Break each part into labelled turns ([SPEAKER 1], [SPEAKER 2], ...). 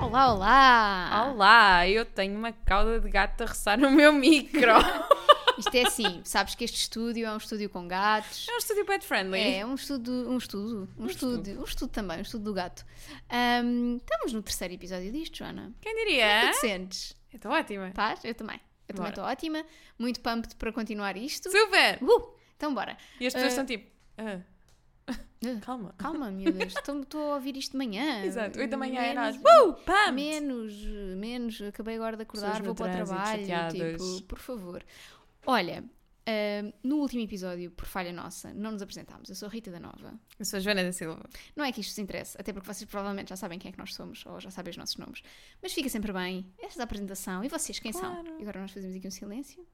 [SPEAKER 1] Olá, olá!
[SPEAKER 2] Olá, eu tenho uma cauda de gato a roçar no meu micro.
[SPEAKER 1] Isto é assim, sabes que este estúdio é um estúdio com gatos.
[SPEAKER 2] É um estúdio pet friendly.
[SPEAKER 1] É, um estudo, um estudo, um, estudo, um estudo também, um estudo do gato. Ahm, estamos no terceiro episódio disto, Joana.
[SPEAKER 2] Quem
[SPEAKER 1] Como é
[SPEAKER 2] diria?
[SPEAKER 1] que te sentes?
[SPEAKER 2] Eu estou ótima.
[SPEAKER 1] Estás? Eu também. Eu também
[SPEAKER 2] Bora.
[SPEAKER 1] estou ótima, muito pumped para continuar isto.
[SPEAKER 2] Super!
[SPEAKER 1] Uh! Então bora.
[SPEAKER 2] E as
[SPEAKER 1] Eh,
[SPEAKER 2] pessoas estão tipo. ah,
[SPEAKER 1] eh,
[SPEAKER 2] calma.
[SPEAKER 1] Calma, miúdas, estou estou a ouvir isto de manhã.
[SPEAKER 2] Exato, 8 da manhã é nós.
[SPEAKER 1] Menos-
[SPEAKER 2] Uh, pam!
[SPEAKER 1] Menos, menos, acabei agora de acordar,
[SPEAKER 2] Pessoas
[SPEAKER 1] vou
[SPEAKER 2] no
[SPEAKER 1] para o
[SPEAKER 2] trânsito,
[SPEAKER 1] trabalho,
[SPEAKER 2] chateadas.
[SPEAKER 1] tipo, por favor. Olha, ahm, no último episódio, por falha nossa, não nos apresentámos. Eu sou a Rita da Nova.
[SPEAKER 2] Eu sou a Joana da Silva.
[SPEAKER 1] Não é que isto vos interesse, até porque vocês provavelmente já sabem quem é que nós somos, ou já sabem os nossos nomes. Mas fica sempre bem esta apresentação. E vocês, quem são?
[SPEAKER 2] Claro.
[SPEAKER 1] E agora nós fazemos aqui um silêncio.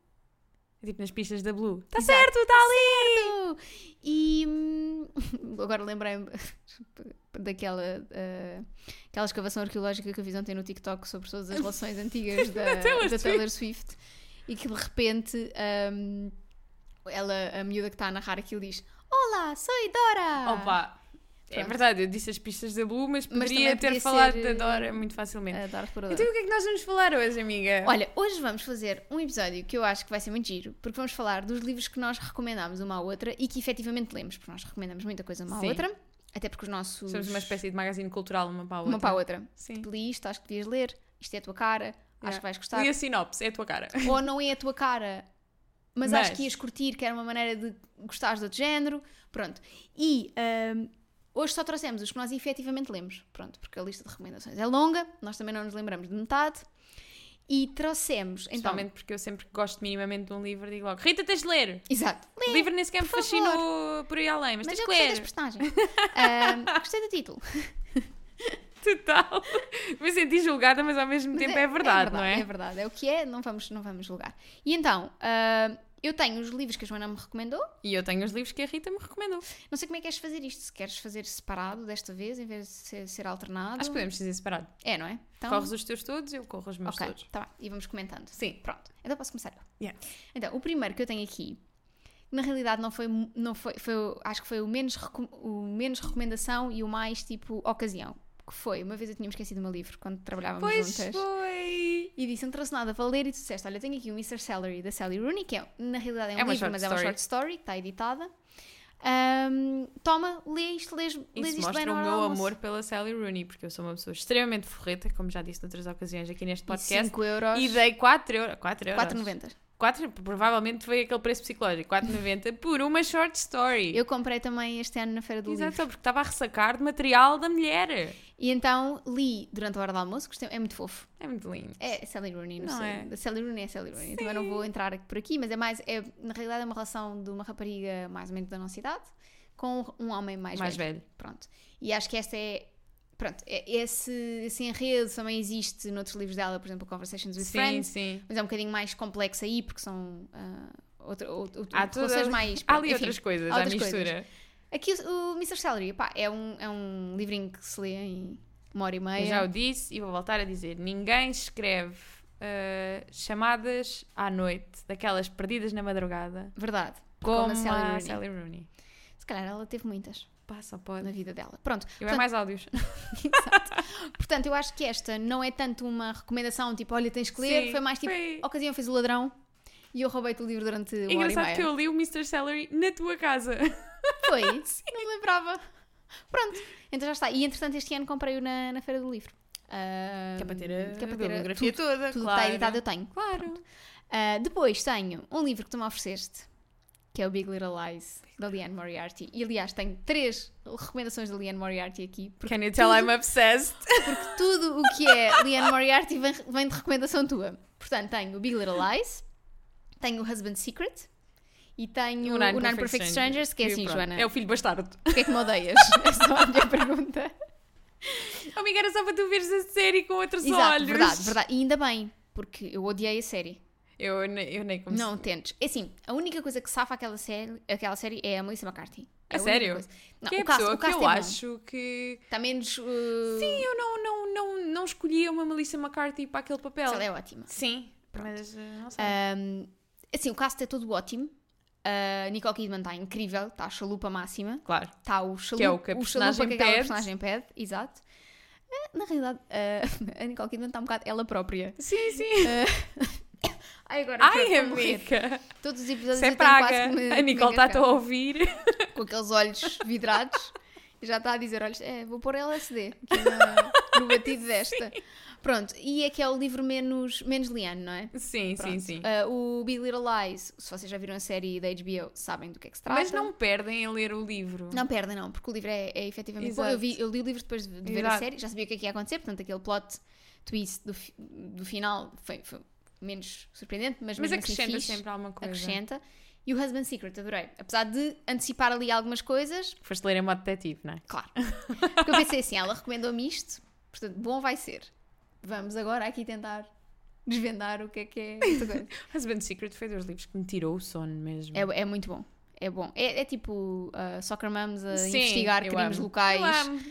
[SPEAKER 2] É Tipo nas pistas da Blue. Tá
[SPEAKER 1] Exato.
[SPEAKER 2] certo, tá ali!
[SPEAKER 1] Oh, E hum, agora lembrei-me daquela ah, aquela escavação arqueológica que a Visão tem no TikTok sobre todas as relações antigas da, da Taylor,
[SPEAKER 2] Taylor
[SPEAKER 1] Swift. e que de repente hum, ela, a miúda que está a narrar aquilo diz Olá, sou Idora!
[SPEAKER 2] Opa! É
[SPEAKER 1] Ah. Pronto.
[SPEAKER 2] verdade, eu disse as pistas da Blue,
[SPEAKER 1] Mas
[SPEAKER 2] mas poderia
[SPEAKER 1] também
[SPEAKER 2] ter
[SPEAKER 1] podia
[SPEAKER 2] falado
[SPEAKER 1] ser, eh,
[SPEAKER 2] da Dora muito facilmente.
[SPEAKER 1] A Dora Exploradora.
[SPEAKER 2] Então é. o que é que nós vamos falar hoje, amiga?
[SPEAKER 1] Olha, hoje vamos fazer um episódio que eu acho que vai ser muito giro, porque vamos falar dos livros que nós recomendámos uma à outra e que efetivamente lemos, porque nós recomendamos muita coisa uma à
[SPEAKER 2] Sim.
[SPEAKER 1] outra, até porque os nossos.
[SPEAKER 2] Somos uma espécie de magazine cultural, uma para a outra.
[SPEAKER 1] Uma para a outra.
[SPEAKER 2] Sim.
[SPEAKER 1] Li isto, acho que devias ler, isto é a tua cara, acho
[SPEAKER 2] Yeah.
[SPEAKER 1] que vais gostar.
[SPEAKER 2] E a sinopse, é a tua cara.
[SPEAKER 1] Ou não é a tua cara, mas,
[SPEAKER 2] Mas-
[SPEAKER 1] acho que ias curtir, que era uma maneira de gostares de outro género. Pronto. E hum, hoje só trouxemos os que nós efetivamente lemos. Pronto, porque a lista de recomendações é longa, nós também não nos lembramos de metade. E trouxemos, então.
[SPEAKER 2] Principalmente porque eu sempre que gosto minimamente de um livro digo logo, Rita, tens de ler!
[SPEAKER 1] Exato.
[SPEAKER 2] O
[SPEAKER 1] Lê,
[SPEAKER 2] livro nem sequer me
[SPEAKER 1] por favor.
[SPEAKER 2] fascinou por aí além, mas,
[SPEAKER 1] mas é
[SPEAKER 2] tens
[SPEAKER 1] eu
[SPEAKER 2] que
[SPEAKER 1] gostei das
[SPEAKER 2] ler!
[SPEAKER 1] personagens. Hum, gostei do título.
[SPEAKER 2] Total! Me senti julgada, mas ao mesmo
[SPEAKER 1] Mas
[SPEAKER 2] tempo é, verdade, não é?
[SPEAKER 1] É verdade, é o que é, não vamos, não vamos julgar. E então, hum, eu tenho os livros que a Joana me recomendou.
[SPEAKER 2] E eu tenho os livros que a Rita me recomendou.
[SPEAKER 1] Não sei como é que queres fazer isto. Se queres fazer separado desta vez, em vez de ser, ser alternado.
[SPEAKER 2] Acho que podemos fazer separado.
[SPEAKER 1] É, não é? Então,
[SPEAKER 2] Corres os teus todos, eu corro os meus
[SPEAKER 1] ok,
[SPEAKER 2] todos.
[SPEAKER 1] tá bem. E vamos comentando.
[SPEAKER 2] Sim.
[SPEAKER 1] Pronto. Então posso começar eu.
[SPEAKER 2] Yeah.
[SPEAKER 1] Então, o primeiro que eu tenho aqui, que na realidade não foi, mu- não foi, foi o- acho que foi o menos, recom- o menos recomendação e o mais, tipo, ocasião. Que foi, uma vez eu tinha me esquecido o meu livro, quando trabalhávamos
[SPEAKER 2] Pois
[SPEAKER 1] juntas.
[SPEAKER 2] foi!
[SPEAKER 1] E disse, não trouxe nada para ler e tu disseste, olha, tenho aqui o Mr. Salary da Sally Rooney, que é, na realidade é um
[SPEAKER 2] É uma
[SPEAKER 1] livro,
[SPEAKER 2] short
[SPEAKER 1] mas é uma
[SPEAKER 2] story.
[SPEAKER 1] short story, que está editada. Ahm, toma, lê isto, lês, lês
[SPEAKER 2] Isso
[SPEAKER 1] isto bem
[SPEAKER 2] mostra
[SPEAKER 1] na
[SPEAKER 2] o
[SPEAKER 1] hora do
[SPEAKER 2] meu
[SPEAKER 1] almoço.
[SPEAKER 2] amor pela Sally Rooney, porque eu sou uma pessoa extremamente forreta, como já disse noutras ocasiões aqui neste podcast.
[SPEAKER 1] 5 euros,
[SPEAKER 2] E dei 4 euros. 4 euros.
[SPEAKER 1] 4,90.
[SPEAKER 2] 4, provavelmente foi aquele preço psicológico, 4,90 por uma short story.
[SPEAKER 1] Eu comprei também este ano na Feira do
[SPEAKER 2] Exato,
[SPEAKER 1] Livro.
[SPEAKER 2] porque estava a ressacar de material da mulher.
[SPEAKER 1] E então li durante a hora do almoço, gostei, é muito fofo.
[SPEAKER 2] É muito lindo.
[SPEAKER 1] É Sally Rooney, não,
[SPEAKER 2] Não
[SPEAKER 1] sei.
[SPEAKER 2] é?
[SPEAKER 1] A Sally Rooney é Sally Rooney. Eu Também não vou entrar por aqui, mas é mais, é, na realidade é uma relação de uma rapariga mais ou menos da nossa idade com um homem mais,
[SPEAKER 2] Mais
[SPEAKER 1] velho.
[SPEAKER 2] velho.
[SPEAKER 1] Pronto. E acho que esta é. Pronto, é- esse, esse enredo também existe noutros livros dela, por exemplo, Conversations with
[SPEAKER 2] sim,
[SPEAKER 1] Friends,
[SPEAKER 2] sim.
[SPEAKER 1] mas é um bocadinho mais complexo aí, porque são ah, outra, ou, ou,
[SPEAKER 2] Há todas-
[SPEAKER 1] relações mais.
[SPEAKER 2] Há
[SPEAKER 1] pronto,
[SPEAKER 2] ali
[SPEAKER 1] enfim.
[SPEAKER 2] outras coisas,
[SPEAKER 1] há outras
[SPEAKER 2] à mistura.
[SPEAKER 1] Aqui o, o Mr. Salary, pá, é um, é um livrinho que se lê em uma hora e
[SPEAKER 2] Eu
[SPEAKER 1] meia.
[SPEAKER 2] já o disse e vou voltar a dizer: ninguém escreve ah, chamadas à noite, daquelas perdidas na madrugada,
[SPEAKER 1] Verdade.
[SPEAKER 2] como,
[SPEAKER 1] a Sally
[SPEAKER 2] a
[SPEAKER 1] Rooney.
[SPEAKER 2] Sally Rooney.
[SPEAKER 1] Se calhar ela teve muitas
[SPEAKER 2] Passa, pode.
[SPEAKER 1] na vida dela. Pronto.
[SPEAKER 2] Eu é mais áudios.
[SPEAKER 1] Portanto, eu acho que esta não é tanto uma recomendação tipo, olha, tens que ler.
[SPEAKER 2] Sim,
[SPEAKER 1] foi mais tipo,
[SPEAKER 2] foi- É
[SPEAKER 1] ocasião fez o ladrão e eu roubei-te o livro durante uma hora e
[SPEAKER 2] Engraçado
[SPEAKER 1] meia.
[SPEAKER 2] que eu li o Mr. Celery na tua casa.
[SPEAKER 1] Foi? Não me lembrava. Pronto, então já está. E entretanto, este ano comprei-o na, na Feira do Livro. Ah,
[SPEAKER 2] que é para ter a,
[SPEAKER 1] que é para ter a-
[SPEAKER 2] bibliografia toda,
[SPEAKER 1] tudo, tudo que
[SPEAKER 2] claro.
[SPEAKER 1] está editado, eu tenho.
[SPEAKER 2] Claro.
[SPEAKER 1] Ah, depois tenho um livro que tu me ofereceste, que é o Big Little Lies, da Leanne Moriarty. E aliás, tenho três recomendações da Leanne Moriarty aqui, porque,
[SPEAKER 2] Can you tell I'm obsessed?
[SPEAKER 1] porque tudo o que é Leanne Moriarty vem, vem de recomendação tua. Portanto, tenho o Big Little Lies, tenho o Husband Secret e tenho o Nine, Perfect, Strangers, que é assim,
[SPEAKER 2] pronto,
[SPEAKER 1] Joana.
[SPEAKER 2] É o filho bastardo.
[SPEAKER 1] Porquê é que me odeias? É só a minha pergunta.
[SPEAKER 2] Oh, Amiga, era só para tu veres a série com outros
[SPEAKER 1] Exato,
[SPEAKER 2] olhos.
[SPEAKER 1] verdade, verdade. E ainda bem, porque eu odiei a série.
[SPEAKER 2] Eu, ne- eu nem comecei.
[SPEAKER 1] Não tentes. É assim, a única coisa que safa aquela série, aquela série é a Melissa McCarthy. É
[SPEAKER 2] A
[SPEAKER 1] única
[SPEAKER 2] sério?
[SPEAKER 1] coisa. Não,
[SPEAKER 2] que é
[SPEAKER 1] o
[SPEAKER 2] a
[SPEAKER 1] caso,
[SPEAKER 2] pessoa
[SPEAKER 1] o caso
[SPEAKER 2] que eu
[SPEAKER 1] é bom.
[SPEAKER 2] acho que...
[SPEAKER 1] Está menos. uh,
[SPEAKER 2] Sim, eu não, não, não, não escolhia uma Melissa McCarthy para aquele papel.
[SPEAKER 1] Ela é ótima.
[SPEAKER 2] Sim, mas eh, não sei.
[SPEAKER 1] Um, assim, o cast é todo ótimo. A Nicole Kidman está incrível, está a chalupa máxima.
[SPEAKER 2] claro.
[SPEAKER 1] Está o chalupa
[SPEAKER 2] Que é o que a
[SPEAKER 1] chalupa
[SPEAKER 2] personagem
[SPEAKER 1] que aquela
[SPEAKER 2] pede.
[SPEAKER 1] personagem pede, exato. eh, na realidade, eh, a Nicole Kidman está um bocado ela própria.
[SPEAKER 2] Sim, sim.
[SPEAKER 1] Ai, agora
[SPEAKER 2] Ai,
[SPEAKER 1] pronto, vou morrer.
[SPEAKER 2] amiga.
[SPEAKER 1] Todos os episódios
[SPEAKER 2] Isso é
[SPEAKER 1] eu tenho quase
[SPEAKER 2] praga.
[SPEAKER 1] que me-
[SPEAKER 2] A
[SPEAKER 1] que me
[SPEAKER 2] Nicole tá está-te a
[SPEAKER 1] engasgar.
[SPEAKER 2] ouvir.
[SPEAKER 1] com aqueles olhos vidrados e já está a dizer, olha, é, vou pôr LSD aqui na- é no batido desta. Pronto, e é que é o livro menos, menos liano, não é?
[SPEAKER 2] Sim,
[SPEAKER 1] Pronto.
[SPEAKER 2] sim, sim.
[SPEAKER 1] Ah, o Big Little Lies, se vocês já viram a série da HBO, sabem do que é que se trata.
[SPEAKER 2] Mas não perdem em ler o livro.
[SPEAKER 1] Não perdem, não, porque o livro é, é efetivamente bom.
[SPEAKER 2] Exato.
[SPEAKER 1] Eu, vi- eu li o livro depois de, de ver a
[SPEAKER 2] Exato.
[SPEAKER 1] série, já sabia o que é que ia acontecer, portanto, aquele plot twist do, fi- do final foi, foi menos surpreendente, mas,
[SPEAKER 2] Mas
[SPEAKER 1] mesmo assim
[SPEAKER 2] acrescenta
[SPEAKER 1] fixe,
[SPEAKER 2] sempre alguma coisa.
[SPEAKER 1] acrescenta. E o Husband Secret, adorei. Apesar de antecipar ali algumas coisas,
[SPEAKER 2] Foste ler em modo detetive, não é?
[SPEAKER 1] Claro. Porque eu pensei assim, ela recomendou-me isto, portanto, bom vai ser. Vamos agora aqui tentar desvendar o que é que é esta coisa.
[SPEAKER 2] Husband Secret foi dos livros que me tirou o sono mesmo.
[SPEAKER 1] é, é muito bom. É bom. É, é tipo uh, Soccer Mums a
[SPEAKER 2] Sim,
[SPEAKER 1] investigar
[SPEAKER 2] eu
[SPEAKER 1] crimes
[SPEAKER 2] amo.
[SPEAKER 1] locais
[SPEAKER 2] Eu amo.
[SPEAKER 1] uh,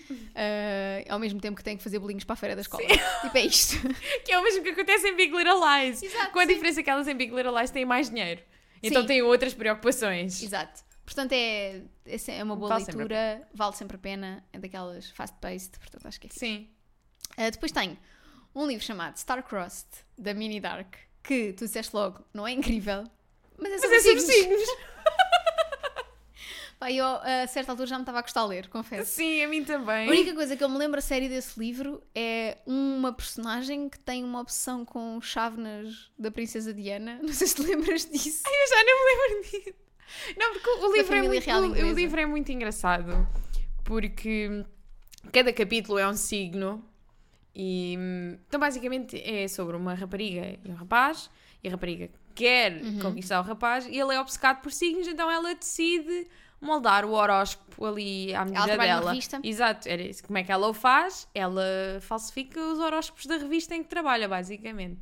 [SPEAKER 1] ao mesmo tempo que tem que fazer bolinhos para a feira da escola. Tipo, é isto.
[SPEAKER 2] Que é o mesmo que acontece em Big Little Lies.
[SPEAKER 1] Exato,
[SPEAKER 2] Com a
[SPEAKER 1] sim.
[SPEAKER 2] diferença que elas em Big Little Lies têm mais dinheiro. Então
[SPEAKER 1] Sim.
[SPEAKER 2] têm outras preocupações.
[SPEAKER 1] Exato. Portanto, é, é se- é uma boa
[SPEAKER 2] Vale sempre a
[SPEAKER 1] leitura, vale sempre a pena, é daquelas fast-paced, portanto acho que é fixe.
[SPEAKER 2] Sim.
[SPEAKER 1] Uh, depois tenho um livro chamado Star-Crossed, da Mini Dark, que tu disseste logo, não é incrível, mas é
[SPEAKER 2] Mas
[SPEAKER 1] sobre,
[SPEAKER 2] é sobre
[SPEAKER 1] signos.
[SPEAKER 2] signos.
[SPEAKER 1] Pá, eu a certa altura já me estava a gostar de ler, confesso.
[SPEAKER 2] Sim, a mim
[SPEAKER 1] A
[SPEAKER 2] também.
[SPEAKER 1] única coisa que eu me lembro a sério desse livro é uma personagem que tem uma obsessão com chávenas da Princesa Diana. Não sei se te lembras disso.
[SPEAKER 2] Eu já não me lembro disso. Não, porque o livro, é
[SPEAKER 1] família
[SPEAKER 2] muito,
[SPEAKER 1] real
[SPEAKER 2] o
[SPEAKER 1] inglesa.
[SPEAKER 2] livro é muito engraçado. Porque cada capítulo é um signo. E, então, basicamente, é sobre uma rapariga e um rapaz. E a rapariga quer
[SPEAKER 1] Uhum.
[SPEAKER 2] conquistar o rapaz. E ele é obcecado por signos. Então, ela decide moldar o horóscopo ali à medida
[SPEAKER 1] trabalha numa
[SPEAKER 2] dela.
[SPEAKER 1] revista.
[SPEAKER 2] Exato. Era isso. Como é que ela o faz? Ela falsifica os horóscopos da revista em que trabalha, basicamente.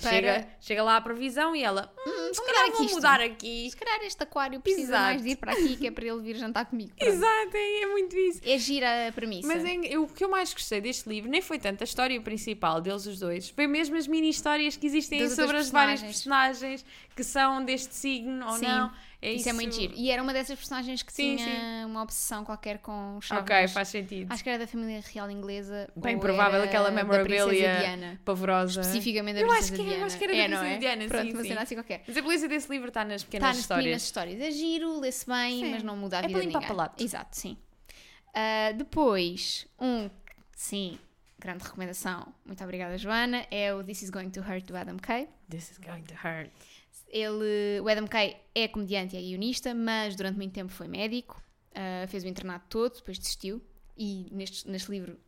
[SPEAKER 2] Chega, chega lá à previsão e ela... "Hum, se
[SPEAKER 1] vou
[SPEAKER 2] calhar
[SPEAKER 1] mudar aqui é
[SPEAKER 2] vou
[SPEAKER 1] isto."
[SPEAKER 2] mudar aqui.
[SPEAKER 1] Se calhar este aquário precisa
[SPEAKER 2] Exato.
[SPEAKER 1] mais de ir para aqui, que é para ele vir jantar comigo. Pronto.
[SPEAKER 2] Exato, é, é muito isso.
[SPEAKER 1] É gira a premissa.
[SPEAKER 2] Mas é em- eu- o que eu mais gostei deste livro nem foi tanto a história principal deles os dois, foi mesmo as mini histórias que existem
[SPEAKER 1] Das
[SPEAKER 2] sobre
[SPEAKER 1] outras
[SPEAKER 2] as várias personagens que são deste signo ou
[SPEAKER 1] Sim.
[SPEAKER 2] não. É
[SPEAKER 1] isso,
[SPEAKER 2] isso,
[SPEAKER 1] é muito giro. E era uma dessas personagens que
[SPEAKER 2] Sim,
[SPEAKER 1] tinha uma obsessão qualquer com chávenas.
[SPEAKER 2] Ok, faz sentido.
[SPEAKER 1] Acho que era da família real inglesa.
[SPEAKER 2] Bem
[SPEAKER 1] ou
[SPEAKER 2] provável
[SPEAKER 1] era da
[SPEAKER 2] aquela memorabilia
[SPEAKER 1] Princesa Diana.
[SPEAKER 2] pavorosa.
[SPEAKER 1] Especificamente da
[SPEAKER 2] Eu acho
[SPEAKER 1] Princesa
[SPEAKER 2] que é,
[SPEAKER 1] Diana.
[SPEAKER 2] eu acho que era da
[SPEAKER 1] É, não
[SPEAKER 2] Princesa
[SPEAKER 1] é?
[SPEAKER 2] Diana,
[SPEAKER 1] Pronto,
[SPEAKER 2] sim,
[SPEAKER 1] uma
[SPEAKER 2] sim.
[SPEAKER 1] cena assim qualquer.
[SPEAKER 2] Mas a beleza desse livro está nas
[SPEAKER 1] Está
[SPEAKER 2] pequenas
[SPEAKER 1] nas pequenas
[SPEAKER 2] histórias.
[SPEAKER 1] histórias. É giro, lê-se bem,
[SPEAKER 2] Sim.
[SPEAKER 1] mas não muda a
[SPEAKER 2] É
[SPEAKER 1] vida
[SPEAKER 2] para
[SPEAKER 1] de
[SPEAKER 2] limpar
[SPEAKER 1] ninguém.
[SPEAKER 2] palatos.
[SPEAKER 1] Exato, sim. Ah, depois, um, sim, grande recomendação, muito obrigada Joana, é o This Is Going to Hurt do Adam Kay.
[SPEAKER 2] This is going to hurt.
[SPEAKER 1] Ele, o Adam Kay é comediante e é guionista, mas durante muito tempo foi médico, ah, fez o internato todo, depois desistiu e neste, neste livro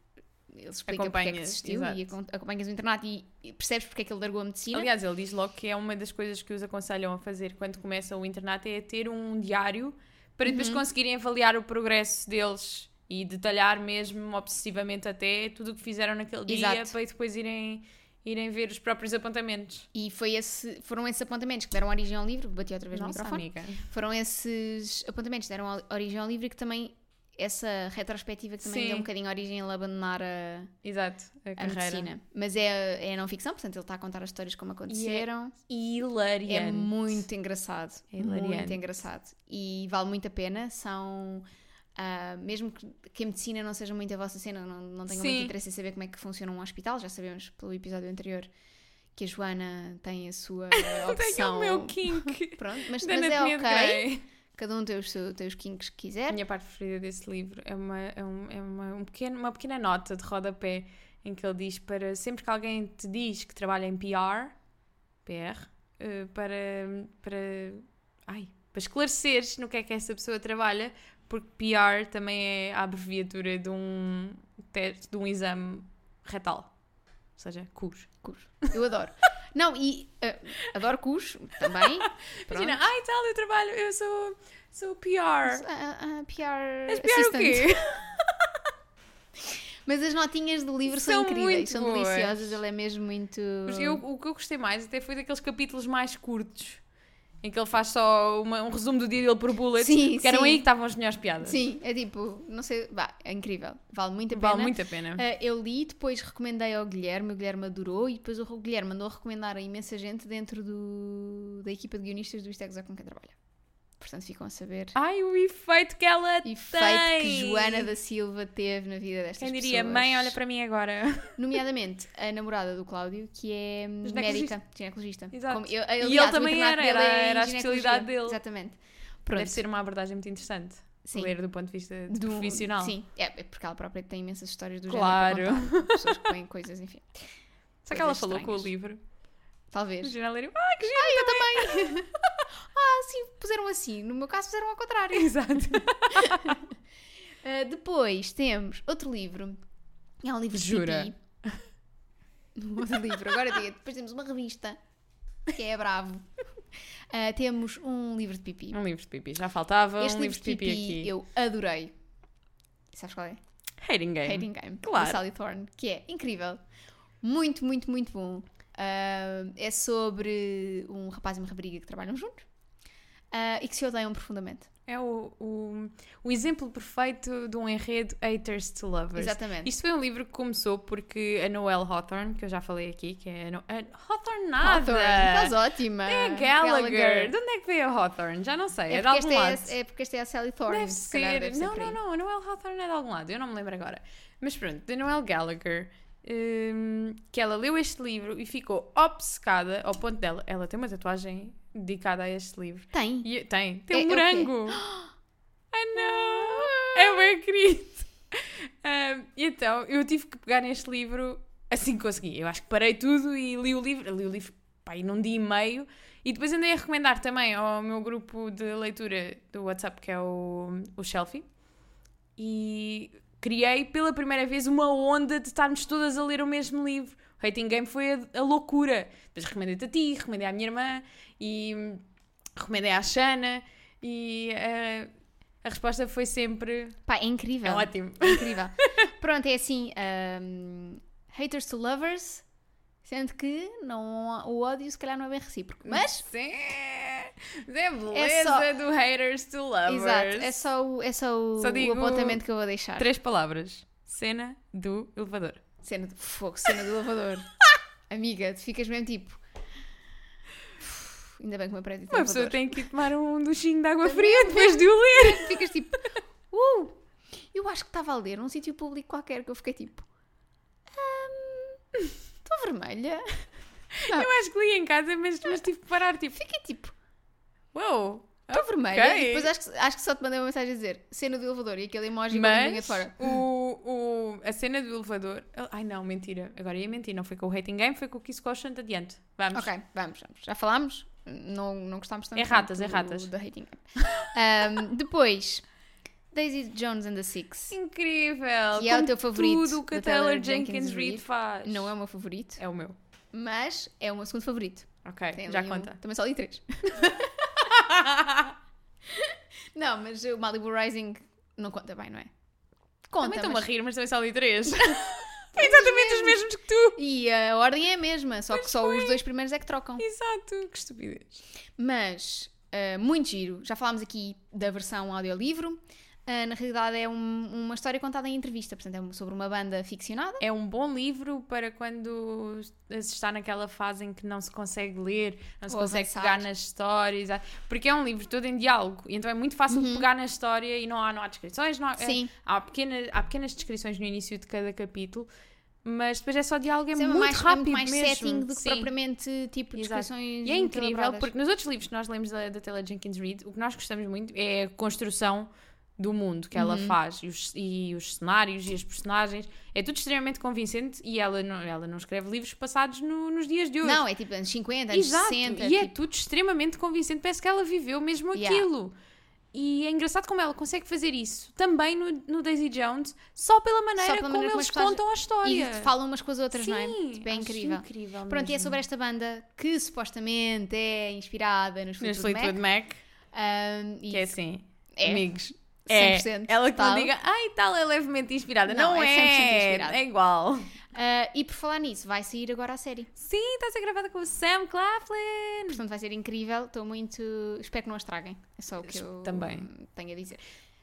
[SPEAKER 1] ele explica porque é que
[SPEAKER 2] Acompanhas,
[SPEAKER 1] desistiu e
[SPEAKER 2] exato.
[SPEAKER 1] acom- acompanhas o internato e e percebes porque é que ele largou a medicina.
[SPEAKER 2] Aliás, ele diz logo que é uma das coisas que os aconselham a fazer quando começam o internato é ter um diário para
[SPEAKER 1] Uhum.
[SPEAKER 2] depois conseguirem avaliar o progresso deles e detalhar mesmo obsessivamente até tudo o que fizeram naquele dia
[SPEAKER 1] Exato.
[SPEAKER 2] para depois irem, irem ver os próprios apontamentos.
[SPEAKER 1] E foi esse, foram esses apontamentos que deram origem ao livro, bati outra vez
[SPEAKER 2] Nossa,
[SPEAKER 1] no microfone.
[SPEAKER 2] amiga.
[SPEAKER 1] Foram esses apontamentos que deram o- origem ao livro e que também essa retrospectiva que também
[SPEAKER 2] Sim.
[SPEAKER 1] deu um bocadinho origem a ele abandonar a,
[SPEAKER 2] Exato, a
[SPEAKER 1] a
[SPEAKER 2] carreira.
[SPEAKER 1] É
[SPEAKER 2] é
[SPEAKER 1] medicina. Mas é, é não ficção, portanto ele está a contar as histórias como aconteceram.
[SPEAKER 2] Hilariante.
[SPEAKER 1] É muito engraçado.
[SPEAKER 2] É hilariante.
[SPEAKER 1] Muito engraçado. E vale muito a pena. São. ah, mesmo que, que a medicina não seja muito a vossa cena, não, não tenham
[SPEAKER 2] Sim.
[SPEAKER 1] muito interesse em saber como é que funciona um hospital, já sabemos pelo episódio anterior que a Joana tem a sua
[SPEAKER 2] Tenho
[SPEAKER 1] opção.
[SPEAKER 2] o meu kink
[SPEAKER 1] Pronto, mas,
[SPEAKER 2] da
[SPEAKER 1] mas é
[SPEAKER 2] anatomia
[SPEAKER 1] ok.
[SPEAKER 2] de Grey.
[SPEAKER 1] Cada um tem os, seu- tem os kinks que
[SPEAKER 2] A
[SPEAKER 1] quiser.
[SPEAKER 2] minha parte preferida desse livro é, uma, é, um- é uma, um pequeno- uma pequena nota de rodapé em que ele diz para sempre que alguém te diz que trabalha em PR, PR, eh, para, para, ai, para esclareceres no que é que essa pessoa trabalha, porque PR também é a abreviatura de um teste, de um exame retal, ou seja, CUR.
[SPEAKER 1] Cus. Eu adoro. Não, e ah, adoro cus também. Pronto.
[SPEAKER 2] Imagina, ai tal, eu trabalho, eu sou, sou PR.
[SPEAKER 1] Ah, ah, PR,
[SPEAKER 2] Mas PR o
[SPEAKER 1] assistant.
[SPEAKER 2] quê?
[SPEAKER 1] Mas as notinhas do livro são,
[SPEAKER 2] São
[SPEAKER 1] incríveis,
[SPEAKER 2] muito
[SPEAKER 1] são
[SPEAKER 2] boas.
[SPEAKER 1] deliciosas, ele é mesmo muito.
[SPEAKER 2] Mas eu- o que eu gostei mais até foi daqueles capítulos mais curtos. Em que ele faz só uma- um resumo do dia dele por bullets,
[SPEAKER 1] Sim,
[SPEAKER 2] que eram
[SPEAKER 1] sim.
[SPEAKER 2] aí que estavam as melhores piadas.
[SPEAKER 1] Sim, é tipo, não sei, vá, é incrível, vale muito a pena.
[SPEAKER 2] Vale muito a pena.
[SPEAKER 1] Ah, eu li, depois recomendei ao Guilherme, o Guilherme adorou e depois o Guilherme mandou recomendar a imensa gente dentro do, da equipa de guionistas do Isto é Gozar com quem trabalha. portanto ficam a saber.
[SPEAKER 2] Ai, o efeito que ela
[SPEAKER 1] E
[SPEAKER 2] tem!
[SPEAKER 1] feito que Joana da Silva teve na vida destas
[SPEAKER 2] Quem diria,
[SPEAKER 1] pessoas.
[SPEAKER 2] mãe, olha para mim agora.
[SPEAKER 1] Nomeadamente a namorada do Cláudio, que é
[SPEAKER 2] Ginecologista.
[SPEAKER 1] médica, ginecologista.
[SPEAKER 2] Exato.
[SPEAKER 1] eu-
[SPEAKER 2] E
[SPEAKER 1] aliás,
[SPEAKER 2] ele
[SPEAKER 1] o
[SPEAKER 2] também
[SPEAKER 1] internato dele
[SPEAKER 2] era, era-
[SPEAKER 1] é
[SPEAKER 2] era a
[SPEAKER 1] em
[SPEAKER 2] especialidade
[SPEAKER 1] ginecologia.
[SPEAKER 2] dele.
[SPEAKER 1] Exatamente. Pronto.
[SPEAKER 2] Deve ser uma abordagem muito interessante.
[SPEAKER 1] Sim.
[SPEAKER 2] Ler do ponto de vista de
[SPEAKER 1] Do-
[SPEAKER 2] profissional.
[SPEAKER 1] Sim, é, é porque ela própria tem imensas histórias do
[SPEAKER 2] Claro.
[SPEAKER 1] género. para contar. Pessoas que põem coisas, enfim.
[SPEAKER 2] Só que ela
[SPEAKER 1] Coisas
[SPEAKER 2] falou com o
[SPEAKER 1] estranhas.
[SPEAKER 2] livro.
[SPEAKER 1] Talvez.
[SPEAKER 2] Imagina ler. Ai, que giro!
[SPEAKER 1] Ah, sim, puseram assim. No meu caso, fizeram ao contrário.
[SPEAKER 2] Exato.
[SPEAKER 1] Uh, depois temos outro livro. É um livro de
[SPEAKER 2] Jura?
[SPEAKER 1] pipi. Um outro livro, agora diga. Depois temos uma revista, que é a Bravo. Uh, temos um livro de pipi.
[SPEAKER 2] Um livro de pipi. Já faltava
[SPEAKER 1] este
[SPEAKER 2] um livro de pipi, aqui.
[SPEAKER 1] eu adorei. Sabes qual é?
[SPEAKER 2] Hating Game.
[SPEAKER 1] Hating Game,
[SPEAKER 2] Claro.
[SPEAKER 1] da Sally Thorne, que é incrível. Muito, muito, muito bom. Ah, é sobre um rapaz e uma rapariga que trabalham juntos ah, e que se odeiam profundamente.
[SPEAKER 2] É o, o, o exemplo perfeito de um enredo haters to lovers.
[SPEAKER 1] Exatamente.
[SPEAKER 2] Isto foi um livro que começou porque a Noelle Hawthorne, que eu já falei aqui, que é a no... a Hawthorne nada!
[SPEAKER 1] Hawthorne, estás ótima.
[SPEAKER 2] É Gallagher. De onde é que veio a Hawthorne? Já não sei, é,
[SPEAKER 1] É
[SPEAKER 2] de
[SPEAKER 1] porque,
[SPEAKER 2] algum
[SPEAKER 1] esta é,
[SPEAKER 2] lado.
[SPEAKER 1] a- é porque esta é a Sally Thorne.
[SPEAKER 2] Deve
[SPEAKER 1] se calhar
[SPEAKER 2] ser.
[SPEAKER 1] deve
[SPEAKER 2] não,
[SPEAKER 1] por
[SPEAKER 2] não,
[SPEAKER 1] aí.
[SPEAKER 2] não. A Noel Hawthorne é de algum lado. Eu não me lembro agora. Mas pronto, da Noel Gallagher, hum, que ela leu este livro e ficou obcecada ao ponto dela. Ela tem uma tatuagem dedicada a este livro.
[SPEAKER 1] Tem.
[SPEAKER 2] E, tem.
[SPEAKER 1] É-
[SPEAKER 2] Tem
[SPEAKER 1] é
[SPEAKER 2] um
[SPEAKER 1] o quê?
[SPEAKER 2] morango. Ai não! É bem querido. Hum, e então, eu tive que pegar neste livro assim que consegui. Eu acho que parei tudo e li o livro. Li o livro pá, aí num dia e meio. E depois andei a recomendar também ao meu grupo de leitura do WhatsApp, que é o, o Shelfie. E criei pela primeira vez uma onda de estarmos todas a ler o mesmo livro. O Hating Game foi a, a loucura. Depois recomendei-te a ti, recomendei à minha irmã e hum, recomendei à Xana. E eh, a resposta foi sempre:
[SPEAKER 1] Pá, é incrível.
[SPEAKER 2] é ótimo.
[SPEAKER 1] É incrível. Pronto, é assim: ahm, haters to lovers, sendo que não, há- o ódio se calhar não é bem recíproco. Mas,
[SPEAKER 2] Sim! Mas É a beleza
[SPEAKER 1] só-
[SPEAKER 2] do haters to lovers.
[SPEAKER 1] exato, é só o, é só o,
[SPEAKER 2] Só
[SPEAKER 1] o
[SPEAKER 2] digo-
[SPEAKER 1] apontamento que eu vou deixar.
[SPEAKER 2] Três palavras: cena do elevador.
[SPEAKER 1] Cena de fogo, cena do lavador. Amiga, tu ficas mesmo tipo. "Uf, Ainda bem que me aprendi
[SPEAKER 2] Uma pessoa
[SPEAKER 1] lavador."
[SPEAKER 2] tem que ir tomar um duchinho de água fria depois de o ler.
[SPEAKER 1] Ficas tipo, uh! Eu acho que estava a ler num sítio público qualquer que eu fiquei tipo, "Ahm, estou vermelha.
[SPEAKER 2] Eu acho que li em casa, mas, mas tive que parar, tipo,
[SPEAKER 1] Fiquei tipo,
[SPEAKER 2] uau!
[SPEAKER 1] estou vermelha.
[SPEAKER 2] Ok.
[SPEAKER 1] E depois é acho que, acho que só te mandei uma mensagem a dizer cena do elevador e aquele emoji com a linha
[SPEAKER 2] Mas
[SPEAKER 1] fora.
[SPEAKER 2] o, o, a cena do elevador. Ai não, mentira. Agora ia mentir, não foi com o Hating Game, foi com o Kiss Caution de adiante. Vamos.
[SPEAKER 1] Ok, vamos, vamos. Já falámos? Não, não gostámos tanto
[SPEAKER 2] É ratas,
[SPEAKER 1] do-
[SPEAKER 2] é ratas.
[SPEAKER 1] da rating. Ahm, depois, Daisy Jones and the Six.
[SPEAKER 2] Incrível!
[SPEAKER 1] Que é o
[SPEAKER 2] como
[SPEAKER 1] teu favorito
[SPEAKER 2] Tudo o que a
[SPEAKER 1] da Taylor
[SPEAKER 2] Taylor
[SPEAKER 1] Jenkins
[SPEAKER 2] Jenkins
[SPEAKER 1] Reid.
[SPEAKER 2] Reid faz.
[SPEAKER 1] Não é o meu favorito,
[SPEAKER 2] É o meu.
[SPEAKER 1] mas é o meu segundo favorito.
[SPEAKER 2] Ok,
[SPEAKER 1] Tem
[SPEAKER 2] já
[SPEAKER 1] ali um-
[SPEAKER 2] conta.
[SPEAKER 1] Também só li três. não, mas o Malibu Rising não conta bem, não é? Conta,
[SPEAKER 2] também estão
[SPEAKER 1] mas-
[SPEAKER 2] a rir, mas também só li três. É exatamente os mesmos que tu.
[SPEAKER 1] E a ordem é a mesma, só que
[SPEAKER 2] Pois
[SPEAKER 1] só
[SPEAKER 2] foi.
[SPEAKER 1] os dois primeiros é que trocam.
[SPEAKER 2] Exato, que estupidez.
[SPEAKER 1] Mas, ah, muito giro. Já falámos aqui da versão audiolivro. Ah, na realidade é um- uma história contada em entrevista, portanto é um- sobre uma banda ficcionada.
[SPEAKER 2] É um bom livro para quando se está naquela fase em que não se consegue ler, não se
[SPEAKER 1] Ou
[SPEAKER 2] consegue
[SPEAKER 1] avançar.
[SPEAKER 2] pegar nas histórias, ah, porque é um livro todo em diálogo, e então é muito fácil
[SPEAKER 1] Uhum.
[SPEAKER 2] de pegar na história e não há, não há descrições, não há, é-
[SPEAKER 1] Sim.
[SPEAKER 2] há, pequenas, há pequenas descrições no início de cada capítulo, mas depois é só diálogo, é,
[SPEAKER 1] Isso é
[SPEAKER 2] muito
[SPEAKER 1] mais, é muito
[SPEAKER 2] rápido
[SPEAKER 1] mais
[SPEAKER 2] mesmo.
[SPEAKER 1] setting do que
[SPEAKER 2] Sim.
[SPEAKER 1] propriamente tipo
[SPEAKER 2] Exato.
[SPEAKER 1] descrições.
[SPEAKER 2] E é incrível
[SPEAKER 1] elaboradas.
[SPEAKER 2] porque nos outros livros que nós lemos da, da Taylor Jenkins Reid, o que nós gostamos muito é a construção do mundo que ela
[SPEAKER 1] Uhum.
[SPEAKER 2] faz e os, e os cenários e as personagens. É tudo extremamente convincente e ela não, ela não escreve livros passados no- nos dias de hoje.
[SPEAKER 1] Não, é tipo anos 50, anos
[SPEAKER 2] Exato.
[SPEAKER 1] 60.
[SPEAKER 2] e é
[SPEAKER 1] tipo-
[SPEAKER 2] tudo extremamente convincente. Parece que ela viveu mesmo
[SPEAKER 1] Yeah.
[SPEAKER 2] aquilo. E é engraçado como ela consegue fazer isso também no, no Daisy Jones, só pela maneira
[SPEAKER 1] pela
[SPEAKER 2] como
[SPEAKER 1] maneira como
[SPEAKER 2] eles
[SPEAKER 1] as pessoas-
[SPEAKER 2] contam a história.
[SPEAKER 1] E falam umas com as outras,
[SPEAKER 2] Sim,
[SPEAKER 1] não é? Tipo, é
[SPEAKER 2] acho
[SPEAKER 1] incrível.
[SPEAKER 2] incrível
[SPEAKER 1] Pronto, e é
[SPEAKER 2] mesmo.
[SPEAKER 1] sobre esta banda que supostamente é inspirada nos
[SPEAKER 2] Neste
[SPEAKER 1] Fleetwood Mac.
[SPEAKER 2] Fleetwood Mac.
[SPEAKER 1] Ahm, e
[SPEAKER 2] Que é assim,
[SPEAKER 1] É.
[SPEAKER 2] amigos.
[SPEAKER 1] 100%
[SPEAKER 2] é, ela que
[SPEAKER 1] tal.
[SPEAKER 2] não diga, ai, tal é levemente inspirada.
[SPEAKER 1] Não,
[SPEAKER 2] Não,
[SPEAKER 1] é
[SPEAKER 2] é,
[SPEAKER 1] 100% inspirada.
[SPEAKER 2] é igual.
[SPEAKER 1] ah, e por falar nisso, vai sair agora a série.
[SPEAKER 2] Sim, está a ser gravada com o Sam Claflin.
[SPEAKER 1] Portanto, vai ser incrível. Estou muito. Espero que não a estragem. É só o que eu
[SPEAKER 2] Também.
[SPEAKER 1] tenho a dizer.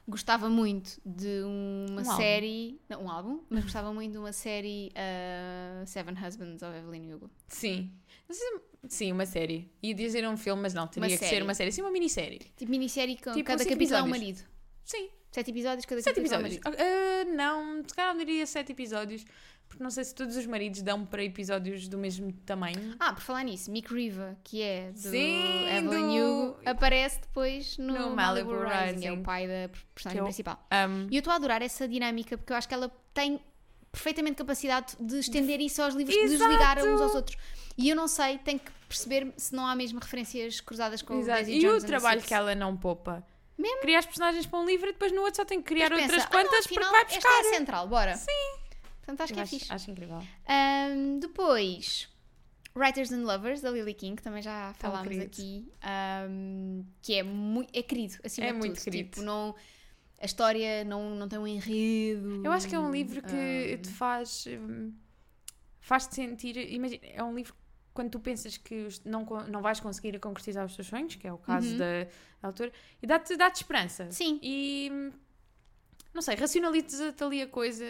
[SPEAKER 1] gostava muito de uma
[SPEAKER 2] Um álbum.
[SPEAKER 1] série. Não, um álbum, mas gostava muito de uma série ah, Seven Husbands of Evelyn Hugo.
[SPEAKER 2] Sim. Não sei se- Sim, uma série. Ia dizer um filme, mas não, teria que
[SPEAKER 1] série.
[SPEAKER 2] ser uma série. Sim, uma minissérie.
[SPEAKER 1] Tipo minissérie com
[SPEAKER 2] Tipo,
[SPEAKER 1] cada
[SPEAKER 2] cinco
[SPEAKER 1] capítulo é um
[SPEAKER 2] episódios.
[SPEAKER 1] marido.
[SPEAKER 2] Sim,
[SPEAKER 1] Sete episódios, cada
[SPEAKER 2] sete
[SPEAKER 1] capítulo é um
[SPEAKER 2] episódios.
[SPEAKER 1] marido.
[SPEAKER 2] Ah, não, se calhar não diria sete episódios, porque não sei se todos os maridos dão para episódios do mesmo tamanho.
[SPEAKER 1] Ah, por falar nisso, Mick Riva, que é do
[SPEAKER 2] Sim,
[SPEAKER 1] Evelyn
[SPEAKER 2] do-
[SPEAKER 1] Hugo, aparece depois no,
[SPEAKER 2] No
[SPEAKER 1] Malibu,
[SPEAKER 2] Malibu
[SPEAKER 1] Rising.
[SPEAKER 2] Rising.
[SPEAKER 1] É o pai da personagem
[SPEAKER 2] Que é o-
[SPEAKER 1] principal.
[SPEAKER 2] Amo.
[SPEAKER 1] E eu estou a adorar essa dinâmica porque eu acho que ela tem perfeitamente capacidade de estender isso aos livros, de
[SPEAKER 2] Exato!
[SPEAKER 1] desligar uns aos outros. E eu não sei, tenho que perceber se não há mesmo referências cruzadas com o
[SPEAKER 2] Exato.
[SPEAKER 1] Daisy
[SPEAKER 2] E
[SPEAKER 1] Jones and
[SPEAKER 2] o
[SPEAKER 1] the
[SPEAKER 2] trabalho
[SPEAKER 1] Six.
[SPEAKER 2] que ela não poupa.
[SPEAKER 1] Mesmo.
[SPEAKER 2] Cria as personagens para um livro e depois no outro só tem que criar
[SPEAKER 1] Depois
[SPEAKER 2] outras
[SPEAKER 1] pensa, ah, não,
[SPEAKER 2] quantas porque
[SPEAKER 1] afinal,
[SPEAKER 2] vai
[SPEAKER 1] esta
[SPEAKER 2] buscar.
[SPEAKER 1] é a central, bora. Sim. Portanto, acho que é fixe.
[SPEAKER 2] acho incrível.
[SPEAKER 1] Ahm, depois, Writers and Lovers, da Lily King, que também já falámos
[SPEAKER 2] querido.
[SPEAKER 1] aqui, ahm, que é muito é querido, acima
[SPEAKER 2] É
[SPEAKER 1] de
[SPEAKER 2] muito
[SPEAKER 1] tudo.
[SPEAKER 2] querido.
[SPEAKER 1] Tipo, não, a história não, não tem um enredo.
[SPEAKER 2] Eu acho que é um livro que
[SPEAKER 1] ah.
[SPEAKER 2] te faz hum, faz-te sentir, imagina, é um livro que quando tu pensas que os- não, con- não vais conseguir concretizar os teus sonhos, que é o caso
[SPEAKER 1] Uhum.
[SPEAKER 2] da, da autora, e dá-te dá esperança.
[SPEAKER 1] Sim.
[SPEAKER 2] E hum, não sei, racionaliza-te ali a coisa.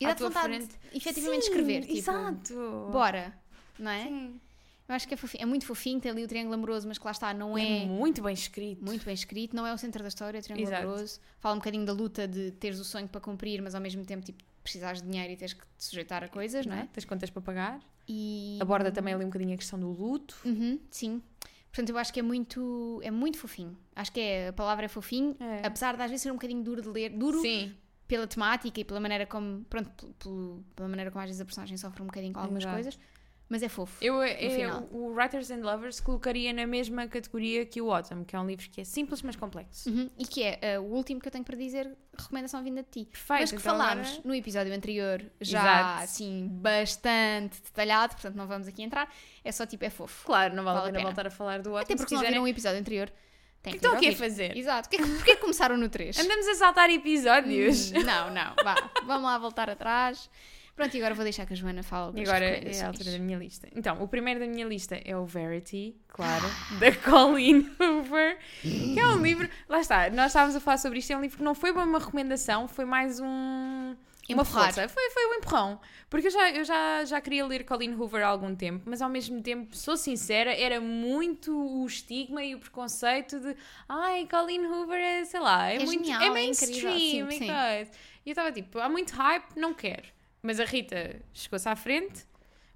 [SPEAKER 1] E
[SPEAKER 2] à
[SPEAKER 1] dá-te
[SPEAKER 2] tua
[SPEAKER 1] vontade
[SPEAKER 2] frente.
[SPEAKER 1] de efetivamente
[SPEAKER 2] Sim,
[SPEAKER 1] escrever. Tipo,
[SPEAKER 2] Exato.
[SPEAKER 1] Bora, não é?
[SPEAKER 2] Sim.
[SPEAKER 1] Eu acho que é, fofinho. é muito fofinho, tem ali o Triângulo Amoroso, mas que lá está, não
[SPEAKER 2] É
[SPEAKER 1] é
[SPEAKER 2] muito bem escrito.
[SPEAKER 1] muito bem escrito, não é o centro da história, é o Triângulo
[SPEAKER 2] Exato.
[SPEAKER 1] Amoroso. Fala um bocadinho da luta de teres o sonho para cumprir, mas ao mesmo tempo, tipo, precisares de dinheiro e tens que te sujeitar a coisas, não é?
[SPEAKER 2] Tens contas para pagar.
[SPEAKER 1] E...
[SPEAKER 2] Aborda também ali um bocadinho a questão do luto.
[SPEAKER 1] Uhum, sim. Portanto, eu acho que é muito, é muito fofinho. Acho que é, a palavra é fofinho,
[SPEAKER 2] É.
[SPEAKER 1] apesar de às vezes ser um bocadinho duro de ler, duro
[SPEAKER 2] Sim.
[SPEAKER 1] pela temática e pela maneira como, pronto, pelo- pelo- pela maneira como às vezes a personagem sofre um bocadinho com algumas
[SPEAKER 2] Exato.
[SPEAKER 1] coisas, mas é fofo.
[SPEAKER 2] Eu, eh,
[SPEAKER 1] final.
[SPEAKER 2] o Writers and Lovers colocaria na mesma categoria que o Autumn, que é um livro que é simples mas complexo.
[SPEAKER 1] Uhum, E que é uh, o último que eu tenho para dizer, recomendação vinda de ti.
[SPEAKER 2] Perfeito.
[SPEAKER 1] Mas que
[SPEAKER 2] então agora-
[SPEAKER 1] falámos no episódio anterior já
[SPEAKER 2] Exato.
[SPEAKER 1] assim bastante detalhado, portanto não vamos aqui entrar, é só tipo, é fofo.
[SPEAKER 2] Claro, não vale,
[SPEAKER 1] Vale a
[SPEAKER 2] a pena
[SPEAKER 1] pena.
[SPEAKER 2] voltar a falar do Autumn.
[SPEAKER 1] Até
[SPEAKER 2] se
[SPEAKER 1] porque se não
[SPEAKER 2] quiserem- Então,
[SPEAKER 1] viram um episódio anterior, tem
[SPEAKER 2] O que
[SPEAKER 1] que,
[SPEAKER 2] estão
[SPEAKER 1] ir
[SPEAKER 2] aqui a
[SPEAKER 1] ouvir.
[SPEAKER 2] fazer?
[SPEAKER 1] Exato, porquê, porquê que começaram no 3?
[SPEAKER 2] Andamos a saltar episódios.
[SPEAKER 1] Não, não, vá, vamos lá voltar atrás. Pronto, e agora vou deixar que a Joana fale
[SPEAKER 2] E
[SPEAKER 1] das
[SPEAKER 2] agora é a
[SPEAKER 1] recomendações.
[SPEAKER 2] altura da minha lista. Então, o primeiro da minha lista é o Verity, claro, da Colleen Hoover, que é um livro. Lá está, nós estávamos a falar sobre isto. É um livro que não foi bem uma recomendação, foi mais um. Uma
[SPEAKER 1] Empurrar.
[SPEAKER 2] força. Foi, foi um empurrão. Porque eu, já, eu já, já queria ler Colleen Hoover há algum tempo, mas ao mesmo tempo, sou sincera, era muito o estigma e o preconceito de. Ai, Colleen Hoover é, sei lá, é,
[SPEAKER 1] É
[SPEAKER 2] muito.
[SPEAKER 1] genial,
[SPEAKER 2] é
[SPEAKER 1] é incrível,
[SPEAKER 2] mainstream,
[SPEAKER 1] sim,
[SPEAKER 2] e
[SPEAKER 1] sim.
[SPEAKER 2] coisa. E eu estava tipo, há muito hype, não quero. Mas a Rita chegou-se à frente,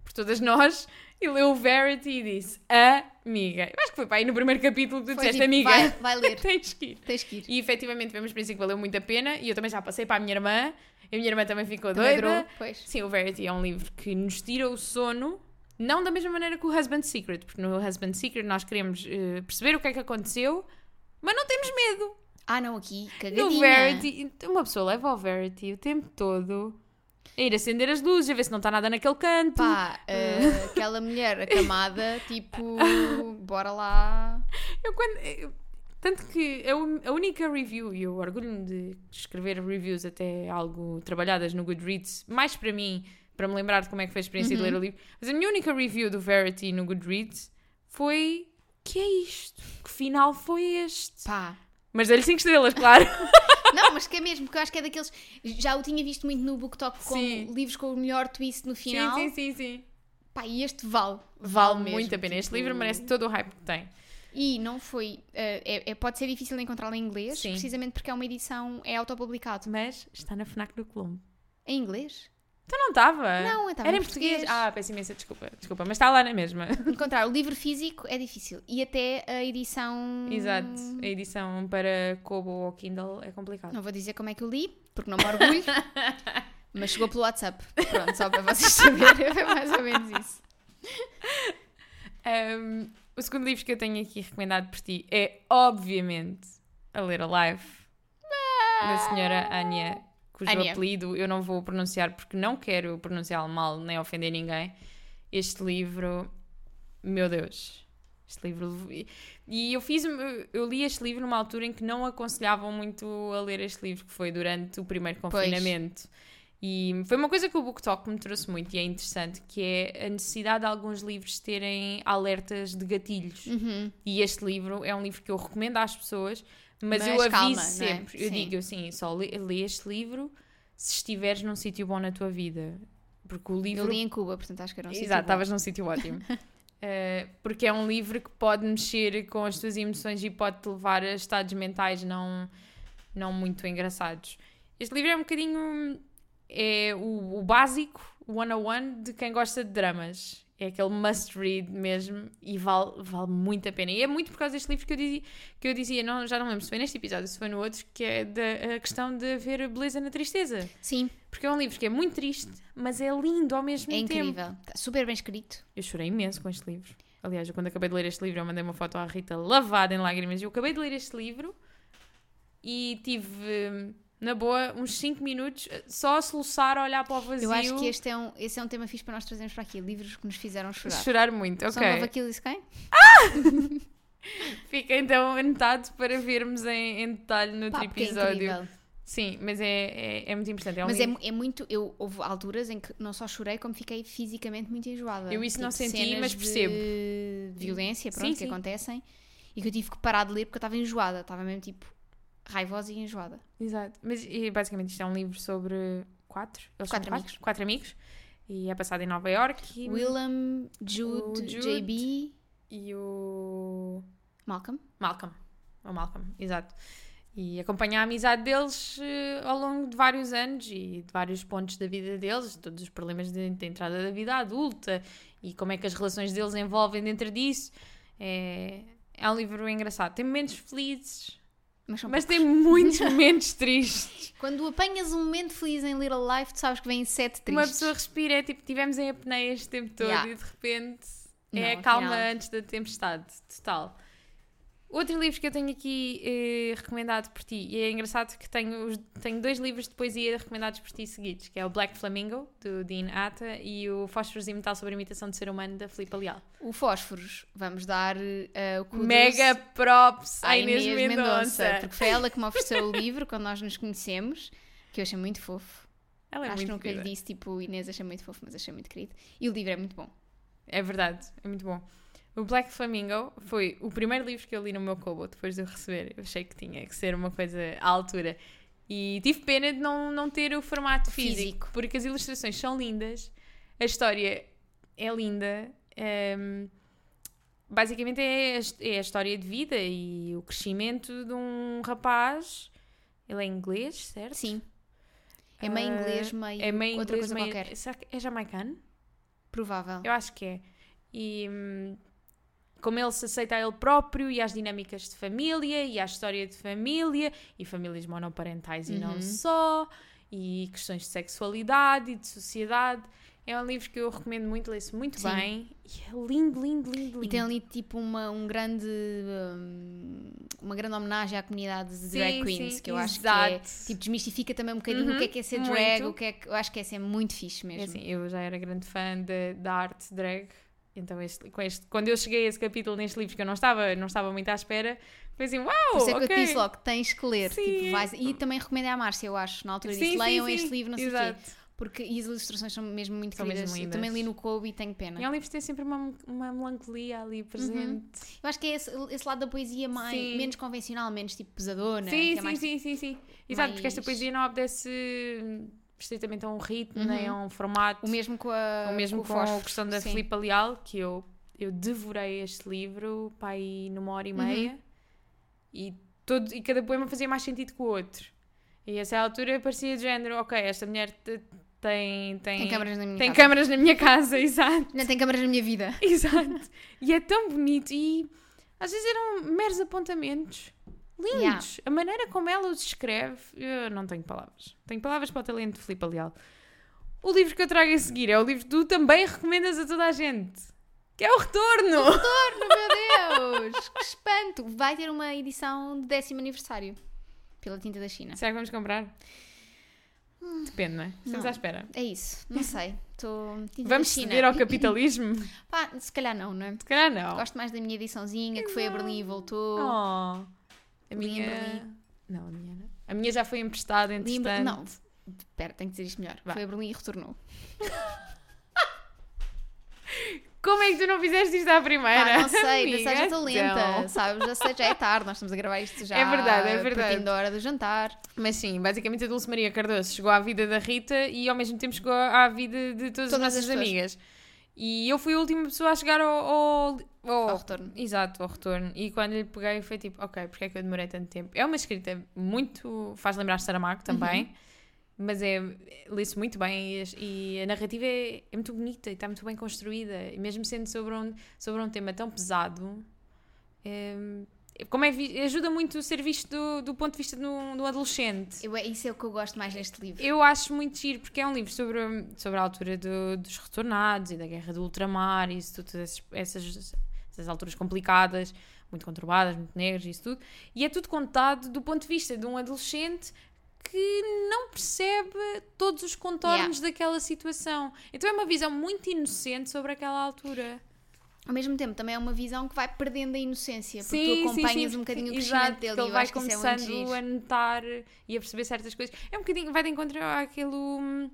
[SPEAKER 2] por todas nós, e leu o Verity e disse: Amiga. Eu acho que foi para aí no primeiro capítulo que tu
[SPEAKER 1] Foi
[SPEAKER 2] disseste,
[SPEAKER 1] tipo,
[SPEAKER 2] amiga.
[SPEAKER 1] Vai, vai ler,
[SPEAKER 2] Tens que ir.
[SPEAKER 1] tens que ir.
[SPEAKER 2] E efetivamente foi uma experiência que valeu muito a pena. E eu também já passei para a minha irmã. E a minha irmã também ficou
[SPEAKER 1] Também
[SPEAKER 2] doida.
[SPEAKER 1] durou, pois.
[SPEAKER 2] Sim, o Verity é um livro que nos tira o sono, não da mesma maneira que o Husband Secret, porque no Husband Secret nós queremos eh, perceber o que é que aconteceu, mas não temos medo.
[SPEAKER 1] Ah, não, aqui, cagadinha.
[SPEAKER 2] No Verity, Então, uma pessoa leva ao Verity o tempo todo a ir acender as luzes, a ver se não está nada naquele canto.
[SPEAKER 1] Pá, eh, aquela mulher acamada, tipo, bora lá.
[SPEAKER 2] Eu quando. eh, eu- tanto que a, un- a única review, e eu orgulho-me de escrever reviews até algo trabalhadas no Goodreads, mais para mim, para me lembrar de como é que foi a experiência
[SPEAKER 1] Uhum.
[SPEAKER 2] de ler o livro, mas a minha única review do Verity no Goodreads foi. Que é isto? Que final foi este?
[SPEAKER 1] Pá.
[SPEAKER 2] Mas dei-lhe 5 estrelas, claro.
[SPEAKER 1] Não, mas que é mesmo, porque eu acho que é daqueles. Já o tinha visto muito no BookTok com
[SPEAKER 2] Sim.
[SPEAKER 1] livros com o melhor twist no final.
[SPEAKER 2] Sim, sim, sim, sim.
[SPEAKER 1] Pá, e este vale.
[SPEAKER 2] Vale
[SPEAKER 1] mesmo,
[SPEAKER 2] muito a pena. Este
[SPEAKER 1] tipo-
[SPEAKER 2] livro merece todo o hype que tem.
[SPEAKER 1] E não foi. eh, é, é- pode ser difícil encontrá-lo em inglês,
[SPEAKER 2] Sim.
[SPEAKER 1] precisamente porque é uma edição. É autopublicado.
[SPEAKER 2] Mas está na FNAC do Colombo.
[SPEAKER 1] Em inglês?
[SPEAKER 2] Então não estava.
[SPEAKER 1] Não, eu estava
[SPEAKER 2] Era
[SPEAKER 1] em
[SPEAKER 2] em português.
[SPEAKER 1] português. Hum.
[SPEAKER 2] Ah, peço imensa desculpa. Desculpa, mas está lá na mesma.
[SPEAKER 1] Encontrar o livro físico é difícil. E até a edição.
[SPEAKER 2] Exato, a edição para Kobo ou Kindle é complicado.
[SPEAKER 1] Não vou dizer como é que eu li, porque não me orgulho. mas chegou pelo WhatsApp. Pronto, só para vocês saberem. Foi mais ou menos isso.
[SPEAKER 2] Um, o segundo livro que eu tenho aqui recomendado por ti é, obviamente, A Ler Alive, da senhora Anya, cujo
[SPEAKER 1] Anya.
[SPEAKER 2] apelido eu não vou pronunciar porque não quero pronunciá-lo mal nem ofender ninguém. Este livro, meu Deus, este livro. E eu fiz, eu li este livro numa altura em que não aconselhavam muito a ler este livro, que foi durante o primeiro confinamento. E foi uma coisa que o BookTok me trouxe muito e é interessante, que é a necessidade de alguns livros
[SPEAKER 1] Uhum.
[SPEAKER 2] terem alertas de gatilhos. E este livro é um livro que eu recomendo às pessoas, Mas,
[SPEAKER 1] Mas
[SPEAKER 2] eu aviso
[SPEAKER 1] calma, não é?
[SPEAKER 2] sempre. Eu
[SPEAKER 1] Sim.
[SPEAKER 2] digo assim, só lê, lê este livro se estiveres num sítio bom na tua vida. Porque o
[SPEAKER 1] Eu
[SPEAKER 2] livro...
[SPEAKER 1] li em Cuba, portanto acho que era um sítio
[SPEAKER 2] Exato,
[SPEAKER 1] bom.
[SPEAKER 2] estavas num sítio ótimo. Eh, porque é um livro que pode mexer com as tuas emoções e pode-te levar a estados mentais não, não muito engraçados. Este livro é um bocadinho é o, o básico, o one-on-one de quem gosta de dramas. É aquele must read mesmo e vale, vale muito a pena. E é muito por causa deste livro que eu dizia, que eu dizia não, já não lembro se foi neste episódio, se foi no outro, que é da a questão de haver beleza na tristeza.
[SPEAKER 1] Sim,
[SPEAKER 2] Porque é um livro que é muito triste, mas é lindo ao mesmo
[SPEAKER 1] é
[SPEAKER 2] tempo.
[SPEAKER 1] incrível. Está super bem escrito.
[SPEAKER 2] Eu chorei imenso com este livro. Aliás, eu, quando acabei de ler este livro, eu mandei uma foto à Rita lavada em lágrimas. Eu acabei de ler este livro e tive, hum, na boa, uns 5 minutos eh, só a soluçar, a olhar para o vazio.
[SPEAKER 1] Eu acho que este é um, esse é um tema fixe para nós trazermos para aqui. Livros que nos fizeram chorar.
[SPEAKER 2] Chorar muito,
[SPEAKER 1] Só não
[SPEAKER 2] ok.
[SPEAKER 1] houve aquilo disse quem?
[SPEAKER 2] Fica então anotado para vermos em, em detalhe no
[SPEAKER 1] Pá,
[SPEAKER 2] outro
[SPEAKER 1] porque é
[SPEAKER 2] episódio.
[SPEAKER 1] incrível.
[SPEAKER 2] Sim, mas é, é, é muito importante. É um
[SPEAKER 1] Mas é,
[SPEAKER 2] livro-
[SPEAKER 1] mu- é muito. Eu houve alturas em que não só chorei, como fiquei fisicamente muito enjoada. Tipo,
[SPEAKER 2] Eu isso não senti,
[SPEAKER 1] cenas
[SPEAKER 2] mas percebo.
[SPEAKER 1] De violência, pronto,
[SPEAKER 2] Sim,
[SPEAKER 1] que
[SPEAKER 2] sim.
[SPEAKER 1] acontecem. E que eu tive que parar de ler porque eu estava enjoada. Estava mesmo tipo raivosa e enjoada.
[SPEAKER 2] Exato. Mas e, basicamente isto é um livro sobre quatro. Eles são
[SPEAKER 1] Quatro
[SPEAKER 2] quatro,
[SPEAKER 1] amigos.
[SPEAKER 2] quatro amigos. E é passado em Nova Iorque.
[SPEAKER 1] Willem,
[SPEAKER 2] O
[SPEAKER 1] Jude,
[SPEAKER 2] Jude.
[SPEAKER 1] JB,
[SPEAKER 2] E o.
[SPEAKER 1] Malcolm.
[SPEAKER 2] Malcolm. O Malcolm, exato. E acompanha a amizade deles eh, ao longo de vários anos e de vários pontos da vida deles, todos os problemas de, de entrada da vida adulta e como é que as relações deles envolvem dentro disso. É, é um livro engraçado. Tem momentos felizes,
[SPEAKER 1] Mas são
[SPEAKER 2] mas tem muitos momentos tristes.
[SPEAKER 1] Quando apanhas um momento feliz em Little Life, tu sabes que vêm sete tristes.
[SPEAKER 2] Uma pessoa respira, é tipo, tivemos em apneia este tempo todo
[SPEAKER 1] Yeah.
[SPEAKER 2] e de repente é
[SPEAKER 1] Não,
[SPEAKER 2] a calma
[SPEAKER 1] afinal.
[SPEAKER 2] antes da tempestade, total. Outro livro que eu tenho aqui eh, recomendado por ti, e é engraçado que tenho, os- tenho dois livros de poesia recomendados por ti seguidos, que é o Black Flamingo, do Dean Atta, e o Fósforos e Metal sobre a Imitação do Ser Humano, da Filipa Leal.
[SPEAKER 1] O Fósforos, vamos dar eh, o kudos
[SPEAKER 2] Mega props
[SPEAKER 1] à
[SPEAKER 2] a Inês, Mendonça.
[SPEAKER 1] Porque foi ela que me ofereceu o livro quando nós nos conhecemos, que eu achei muito fofo.
[SPEAKER 2] Ela é
[SPEAKER 1] Acho que
[SPEAKER 2] muito
[SPEAKER 1] nunca lhe
[SPEAKER 2] querida.
[SPEAKER 1] disse, tipo, Inês achei muito fofo, mas achei muito querido. E o livro é muito bom.
[SPEAKER 2] É verdade, é muito bom. O Black Flamingo foi o primeiro livro que eu li no meu Kobo depois de eu receber. Eu achei que tinha que ser uma coisa à altura. E tive pena de não, não ter o formato físico,
[SPEAKER 1] Físico.
[SPEAKER 2] porque as ilustrações são lindas, a história é linda. ehm, basicamente é a, his- é a história de vida e o crescimento de um rapaz. Ele é inglês, certo?
[SPEAKER 1] Sim. É meio
[SPEAKER 2] Ah,
[SPEAKER 1] inglês, meio
[SPEAKER 2] É meio
[SPEAKER 1] outra
[SPEAKER 2] inglês,
[SPEAKER 1] coisa
[SPEAKER 2] meio...
[SPEAKER 1] qualquer.
[SPEAKER 2] Será que é jamaicano?
[SPEAKER 1] Provável.
[SPEAKER 2] Eu acho que é. E hum, como ele se aceita a ele próprio e às dinâmicas de família e à história de família e famílias monoparentais e
[SPEAKER 1] Uhum.
[SPEAKER 2] não só e questões de sexualidade e de sociedade. É um livro que eu recomendo muito, lê-se muito
[SPEAKER 1] Sim.
[SPEAKER 2] bem. E é lindo, lindo, lindo, lindo.
[SPEAKER 1] E tem ali, tipo, uma, um grande, hum, uma grande homenagem à comunidade de
[SPEAKER 2] Sim,
[SPEAKER 1] drag queens,
[SPEAKER 2] sim,
[SPEAKER 1] que eu acho que é,
[SPEAKER 2] exato. Uhum,
[SPEAKER 1] tipo, desmistifica também um bocadinho o que é que é ser drag,
[SPEAKER 2] muito.
[SPEAKER 1] o que é que, eu acho que essa é muito fixe
[SPEAKER 2] É
[SPEAKER 1] mesmo.
[SPEAKER 2] assim, eu já era grande fã da da arte drag, então este, com este, quando eu cheguei a esse capítulo neste livro que eu não estava, não estava muito à espera, foi assim, uau,
[SPEAKER 1] Por isso é que
[SPEAKER 2] ok.
[SPEAKER 1] eu te disse logo, tens que ler.
[SPEAKER 2] Sim,
[SPEAKER 1] tipo,
[SPEAKER 2] é.
[SPEAKER 1] vais- E também recomendei à Márcia, eu acho, na altura
[SPEAKER 2] Sim,
[SPEAKER 1] disse,
[SPEAKER 2] sim,
[SPEAKER 1] leiam
[SPEAKER 2] sim.
[SPEAKER 1] este livro, não sei o quê.
[SPEAKER 2] Exato.
[SPEAKER 1] Porque e as ilustrações são mesmo muito
[SPEAKER 2] São
[SPEAKER 1] queridas.
[SPEAKER 2] mesmo
[SPEAKER 1] eu
[SPEAKER 2] lindas.
[SPEAKER 1] também li no Kobe e tenho pena.
[SPEAKER 2] E é um livro que tem sempre uma, uma melancolia ali
[SPEAKER 1] Uhum.
[SPEAKER 2] presente.
[SPEAKER 1] Eu acho que é esse, esse lado da poesia mais,
[SPEAKER 2] Sim.
[SPEAKER 1] menos convencional, menos tipo pesadona. que é
[SPEAKER 2] Sim, sim,
[SPEAKER 1] mais,
[SPEAKER 2] sim, sim, sim. Exato, porque esta
[SPEAKER 1] mais-
[SPEAKER 2] poesia não obedece hum, estritamente a um ritmo, nem a um formato.
[SPEAKER 1] Uhum. O mesmo com a.
[SPEAKER 2] o mesmo
[SPEAKER 1] o
[SPEAKER 2] com, a
[SPEAKER 1] fósforo,
[SPEAKER 2] questão da
[SPEAKER 1] sim.
[SPEAKER 2] Filipa Leal, que eu, eu devorei este livro para aí numa hora e
[SPEAKER 1] Uhum.
[SPEAKER 2] meia. E, todo, e cada poema fazia mais sentido que o outro. E a essa altura parecia de género, ok, esta mulher te- tem... Tem,
[SPEAKER 1] Tem câmaras na minha
[SPEAKER 2] tem
[SPEAKER 1] casa.
[SPEAKER 2] câmaras na minha casa, exato.
[SPEAKER 1] Não tem câmaras na minha vida.
[SPEAKER 2] Exato. E é tão bonito. E às vezes eram meros apontamentos. Lindos.
[SPEAKER 1] Yeah.
[SPEAKER 2] A maneira como ela os escreve. Eu não tenho palavras. Tenho palavras para o talento de Filipe Leal. O livro que eu trago a seguir é o livro que tu também recomendas a toda a gente. Que é O Retorno.
[SPEAKER 1] Meu Deus! Que espanto! Vai ter uma edição de décimo aniversário pela tinta da China.
[SPEAKER 2] Será que vamos comprar? Depende, não é? Estamos
[SPEAKER 1] Não.
[SPEAKER 2] à espera.
[SPEAKER 1] É isso, não sei. Estou. Tinta
[SPEAKER 2] Vamos
[SPEAKER 1] da China.
[SPEAKER 2] ceder ao capitalismo? Se
[SPEAKER 1] Pá, se calhar não, não é?
[SPEAKER 2] calhar não.
[SPEAKER 1] Gosto mais da minha ediçãozinha que foi a Berlim e voltou.
[SPEAKER 2] Oh, a
[SPEAKER 1] Li em
[SPEAKER 2] minha...
[SPEAKER 1] Berlim.
[SPEAKER 2] Não, a minha não. A minha já foi emprestada,
[SPEAKER 1] Li em Ber-
[SPEAKER 2] entretanto.
[SPEAKER 1] Não, espera, tenho que dizer isto melhor.
[SPEAKER 2] Vá.
[SPEAKER 1] Foi a Berlim e retornou.
[SPEAKER 2] Como é que tu não fizeste isto à primeira?
[SPEAKER 1] Pá, não sei,
[SPEAKER 2] amiga?
[SPEAKER 1] pensar já estou lenta,
[SPEAKER 2] Então.
[SPEAKER 1] sabes? Já sei, já é tarde, nós estamos a gravar isto já.
[SPEAKER 2] É verdade, é verdade.
[SPEAKER 1] partindo da hora do jantar.
[SPEAKER 2] Mas sim, basicamente a Dulce Maria Cardoso chegou à vida da Rita e ao mesmo tempo chegou à vida de todas, as
[SPEAKER 1] Todas as
[SPEAKER 2] nossas
[SPEAKER 1] pessoas.
[SPEAKER 2] amigas. E eu fui a última pessoa a chegar ao, ao, ao-
[SPEAKER 1] Ao retorno.
[SPEAKER 2] Exato, ao retorno. E quando lhe peguei foi tipo, ok, porque é que eu demorei tanto tempo? É uma escrita muito... faz lembrar Saramago também. Mas é, lê-se muito bem e, as- e a narrativa é, é muito bonita e está muito bem construída. E mesmo sendo sobre um, sobre um tema tão pesado, é, como é vi- ajuda muito ser visto do, do ponto de vista de um, de um adolescente.
[SPEAKER 1] Eu, é- isso é o que eu gosto mais neste livro.
[SPEAKER 2] Eu acho muito giro, porque é um livro sobre, sobre a altura do- dos retornados e da guerra do ultramar e isso tudo, todas essas, essas, essas alturas complicadas, muito conturbadas, muito negras e isso tudo. E é tudo contado do ponto de vista de um adolescente que não percebe todos os contornos daquela situação. Então é uma visão muito inocente sobre aquela altura.
[SPEAKER 1] Ao mesmo tempo, também é uma visão que vai perdendo a inocência, É porque
[SPEAKER 2] Sim,
[SPEAKER 1] tu
[SPEAKER 2] sim,
[SPEAKER 1] acompanhas
[SPEAKER 2] sim,
[SPEAKER 1] um bocadinho o
[SPEAKER 2] porque-
[SPEAKER 1] crescimento dele
[SPEAKER 2] exato, que
[SPEAKER 1] e
[SPEAKER 2] ele
[SPEAKER 1] eu
[SPEAKER 2] vai
[SPEAKER 1] acho que isso é muito
[SPEAKER 2] começando
[SPEAKER 1] giro.
[SPEAKER 2] a notar e a perceber certas coisas. É um bocadinho, vai de encontro àquilo hum,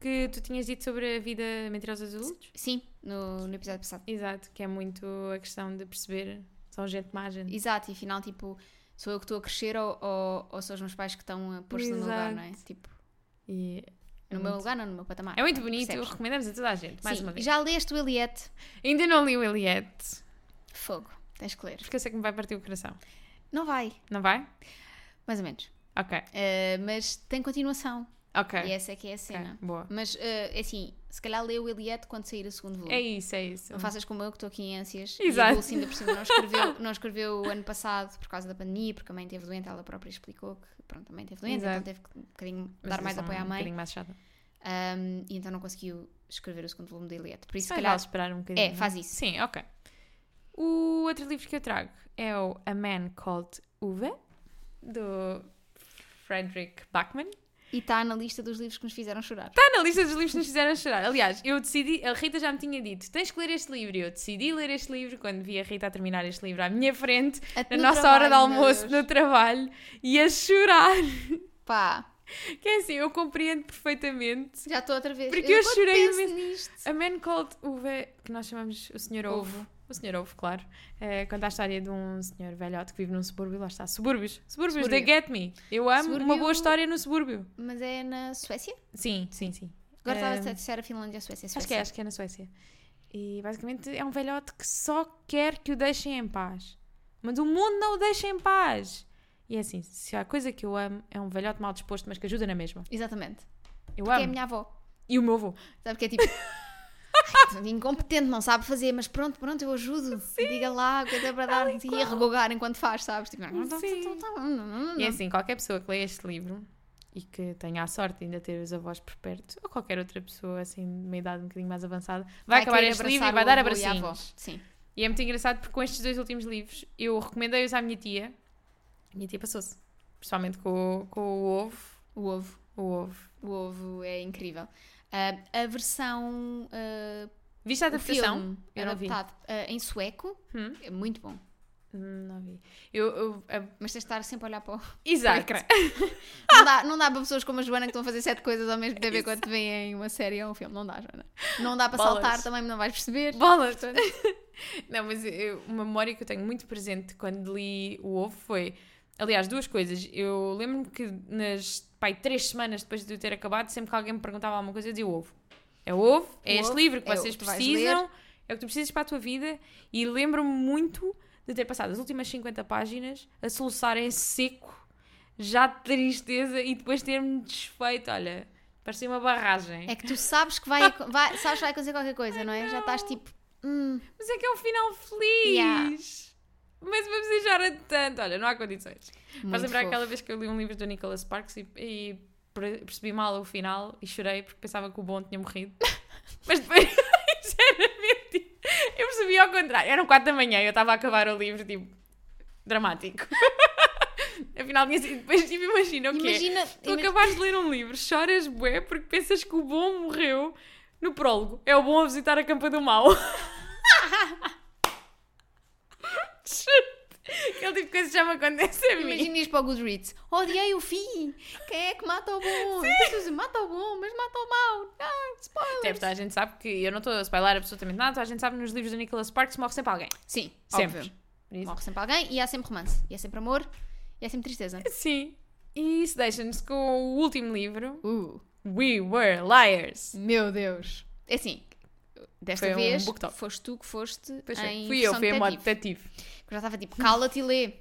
[SPEAKER 2] que tu tinhas dito sobre a vida mentirosa dos adultos.
[SPEAKER 1] Sim, no, no episódio passado.
[SPEAKER 2] Exato, que é muito a questão de perceber são gente má gente.
[SPEAKER 1] Exato, e afinal, tipo, sou eu que estou a crescer ou, ou, ou são os meus pais que estão a pôr-se no meu lugar,
[SPEAKER 2] Exato.
[SPEAKER 1] não é? Tipo,
[SPEAKER 2] E é,
[SPEAKER 1] no meu
[SPEAKER 2] muito,
[SPEAKER 1] lugar, não no meu patamar.
[SPEAKER 2] é muito bonito,
[SPEAKER 1] Ah, Percebes?
[SPEAKER 2] recomendamos a toda a gente, mais
[SPEAKER 1] Sim,
[SPEAKER 2] uma vez.
[SPEAKER 1] já leste o Eliette?
[SPEAKER 2] Ainda não li o Eliette,
[SPEAKER 1] Fogo, tens que ler.
[SPEAKER 2] porque eu sei que me vai partir o coração.
[SPEAKER 1] Não vai,
[SPEAKER 2] Não vai?
[SPEAKER 1] mais ou menos.
[SPEAKER 2] Ok,
[SPEAKER 1] Eh, mas tem continuação.
[SPEAKER 2] ok.
[SPEAKER 1] E essa é que é a
[SPEAKER 2] ok,
[SPEAKER 1] cena.
[SPEAKER 2] Boa.
[SPEAKER 1] Mas, eh, é assim, se calhar lê o Eliette quando sair o segundo volume.
[SPEAKER 2] É isso, é isso.
[SPEAKER 1] Não faças como eu, que estou aqui em ânsias.
[SPEAKER 2] Exato.
[SPEAKER 1] E a Dulce ainda por cima não escreveu, não escreveu o ano passado por causa da pandemia, porque a mãe teve doente, ela própria explicou que pronto, a mãe teve doente,
[SPEAKER 2] Exato.
[SPEAKER 1] então teve que um bocadinho
[SPEAKER 2] Mas
[SPEAKER 1] dar mais
[SPEAKER 2] são
[SPEAKER 1] apoio à
[SPEAKER 2] Um
[SPEAKER 1] mãe.
[SPEAKER 2] bocadinho mais chata.
[SPEAKER 1] Um, e então não conseguiu escrever o segundo volume da Eliette. Por isso, se
[SPEAKER 2] Mas
[SPEAKER 1] calhar,
[SPEAKER 2] vale esperar um bocadinho.
[SPEAKER 1] é,
[SPEAKER 2] não
[SPEAKER 1] faz isso.
[SPEAKER 2] Sim, ok. O outro livro que eu trago é o A Man Called Uwe, do Frederick Bachman.
[SPEAKER 1] E está na lista dos livros que nos fizeram chorar.
[SPEAKER 2] Está na lista dos livros que nos fizeram chorar. Aliás, eu decidi, a Rita já me tinha dito, tens que ler este livro. E Eu decidi ler este livro quando vi a Rita a terminar este livro à minha frente,
[SPEAKER 1] Até
[SPEAKER 2] na
[SPEAKER 1] no
[SPEAKER 2] nossa hora de
[SPEAKER 1] trabalho, meu
[SPEAKER 2] almoço,
[SPEAKER 1] Deus.
[SPEAKER 2] no trabalho, e a chorar.
[SPEAKER 1] Pá,
[SPEAKER 2] Que é assim, eu compreendo perfeitamente.
[SPEAKER 1] já estou outra vez.
[SPEAKER 2] Porque eu
[SPEAKER 1] quando
[SPEAKER 2] chorei
[SPEAKER 1] penso
[SPEAKER 2] imenso.
[SPEAKER 1] nisto.
[SPEAKER 2] A Man Called Uwe, que nós chamamos o Senhor Ovo.
[SPEAKER 1] Ovo.
[SPEAKER 2] O Senhor Ovo, claro. eh, conta a história de um senhor velhote que vive num subúrbio, lá está. Subúrbios, subúrbios,
[SPEAKER 1] Subúrbio.
[SPEAKER 2] they get me. Eu amo uma boa
[SPEAKER 1] Subúrbio-
[SPEAKER 2] história no subúrbio.
[SPEAKER 1] Mas é na Suécia?
[SPEAKER 2] Sim, sim, sim.
[SPEAKER 1] Agora
[SPEAKER 2] Eh,
[SPEAKER 1] estava a disser a Finlândia e a Suécia.
[SPEAKER 2] Acho que é, acho que é na Suécia. E basicamente é um velhote que só quer que o deixem em paz. Mas o mundo não o deixa em paz. E é assim, se há coisa que eu amo, é um velhote mal disposto, mas que ajuda na mesma.
[SPEAKER 1] Exatamente.
[SPEAKER 2] é. Eu
[SPEAKER 1] Porque é a
[SPEAKER 2] amo.
[SPEAKER 1] minha avó.
[SPEAKER 2] E o meu avô.
[SPEAKER 1] Sabe que é tipo. "Ai, Incompetente, não sabe fazer, mas pronto, pronto, eu ajudo. Diga lá o que é que é para dar e a regogar enquanto faz, sabes? Tipo, não, não, não,
[SPEAKER 2] Sim.
[SPEAKER 1] não, não, não, não,
[SPEAKER 2] E é
[SPEAKER 1] não.
[SPEAKER 2] assim, qualquer pessoa que lê este livro e que tenha a sorte de ainda ter os avós por perto, ou qualquer outra pessoa assim de uma idade um bocadinho mais avançada, vai, acabar
[SPEAKER 1] querer
[SPEAKER 2] este livro e
[SPEAKER 1] É abraçar
[SPEAKER 2] vai
[SPEAKER 1] o
[SPEAKER 2] dar
[SPEAKER 1] avô e a
[SPEAKER 2] abracinhos.
[SPEAKER 1] avó. Sim.
[SPEAKER 2] E é muito engraçado porque com estes dois últimos livros eu recomendei-os à minha tia. A minha tia passou-se. Principalmente com, o- com o ovo.
[SPEAKER 1] O ovo.
[SPEAKER 2] O ovo.
[SPEAKER 1] O ovo é incrível. Ah, a versão. ah,
[SPEAKER 2] Viste a
[SPEAKER 1] o
[SPEAKER 2] adaptação?
[SPEAKER 1] filme
[SPEAKER 2] Eu não vi.
[SPEAKER 1] adaptado ah, em sueco
[SPEAKER 2] Hum?
[SPEAKER 1] é muito bom.
[SPEAKER 2] Hum, Não vi. Eu, eu- a- é?
[SPEAKER 1] Mas tens de estar sempre a olhar para o.
[SPEAKER 2] Exato.
[SPEAKER 1] Não dá, não dá para pessoas como a Joana que estão a fazer sete coisas ao mesmo tempo enquanto veem uma série ou um filme. Não dá, Joana. Não dá para
[SPEAKER 2] Bolas.
[SPEAKER 1] saltar também, não vais perceber.
[SPEAKER 2] Bolas. Não, mas eu- uma memória que eu tenho muito presente quando li o ovo foi. Aliás, duas coisas. Eu lembro-me que nas pai, três semanas depois de eu ter acabado, sempre que alguém me perguntava alguma coisa, eu dizia o ovo. É o ovo, é
[SPEAKER 1] O
[SPEAKER 2] este
[SPEAKER 1] ovo,
[SPEAKER 2] livro que
[SPEAKER 1] é o
[SPEAKER 2] vocês
[SPEAKER 1] que tu vais
[SPEAKER 2] precisam, é o que tu precisas para a tua vida. E lembro-me muito de ter passado as últimas 50 páginas a soluçar em seco, já de tristeza, e depois ter-me desfeito. Olha, parecia uma barragem.
[SPEAKER 1] É que tu sabes que vai, vai- sabes que vai acontecer qualquer coisa, não é? Já estás tipo. hum,
[SPEAKER 2] Mas é que é um final feliz.
[SPEAKER 1] Yeah.
[SPEAKER 2] Mas vamos deixar tanto. Olha, não há condições.
[SPEAKER 1] muito
[SPEAKER 2] Faz lembrar
[SPEAKER 1] fofo.
[SPEAKER 2] aquela vez que eu li um livro do Nicholas Sparks e, e pre- percebi mal o final e chorei porque pensava que o bom tinha morrido. Mas depois, sinceramente, eu percebi ao contrário. Eram quatro da manhã e eu estava a acabar o livro, tipo, dramático. Afinal, tinha sido. Depois, tipo, imagina o quê?
[SPEAKER 1] Imagina.
[SPEAKER 2] Tu
[SPEAKER 1] imagi-
[SPEAKER 2] acabaste de ler um livro, choras bué porque pensas que o bom morreu no prólogo. É o bom a visitar a campa do mal. que Aquele tipo de coisa já me acontece a mim.
[SPEAKER 1] Imagina isto para o Goodreads. "Oh, Odiei o fim. Quem é que mata o bom? Pessoas dizem, mata o bom, mas mata o mau. Não,
[SPEAKER 2] Até
[SPEAKER 1] spoiler.
[SPEAKER 2] porque Tipo, a gente sabe que eu não estou a spoiler absolutamente nada, a gente sabe nos livros do Nicholas Sparks morre sempre alguém.
[SPEAKER 1] Sim,
[SPEAKER 2] Sempre.
[SPEAKER 1] óbvio.
[SPEAKER 2] Por isso-
[SPEAKER 1] Morre sempre alguém e há sempre romance. E há sempre amor. E há sempre tristeza.
[SPEAKER 2] Sim. E isso deixa-nos com o último livro,
[SPEAKER 1] Uh,
[SPEAKER 2] We Were Liars.
[SPEAKER 1] meu Deus. É assim, desta
[SPEAKER 2] Foi um
[SPEAKER 1] vez
[SPEAKER 2] book top.
[SPEAKER 1] foste tu que foste
[SPEAKER 2] Pois foi,
[SPEAKER 1] em
[SPEAKER 2] fui eu,
[SPEAKER 1] versão
[SPEAKER 2] fui a modo
[SPEAKER 1] detetive.
[SPEAKER 2] detetive.
[SPEAKER 1] Eu já estava tipo, cala-te e lê.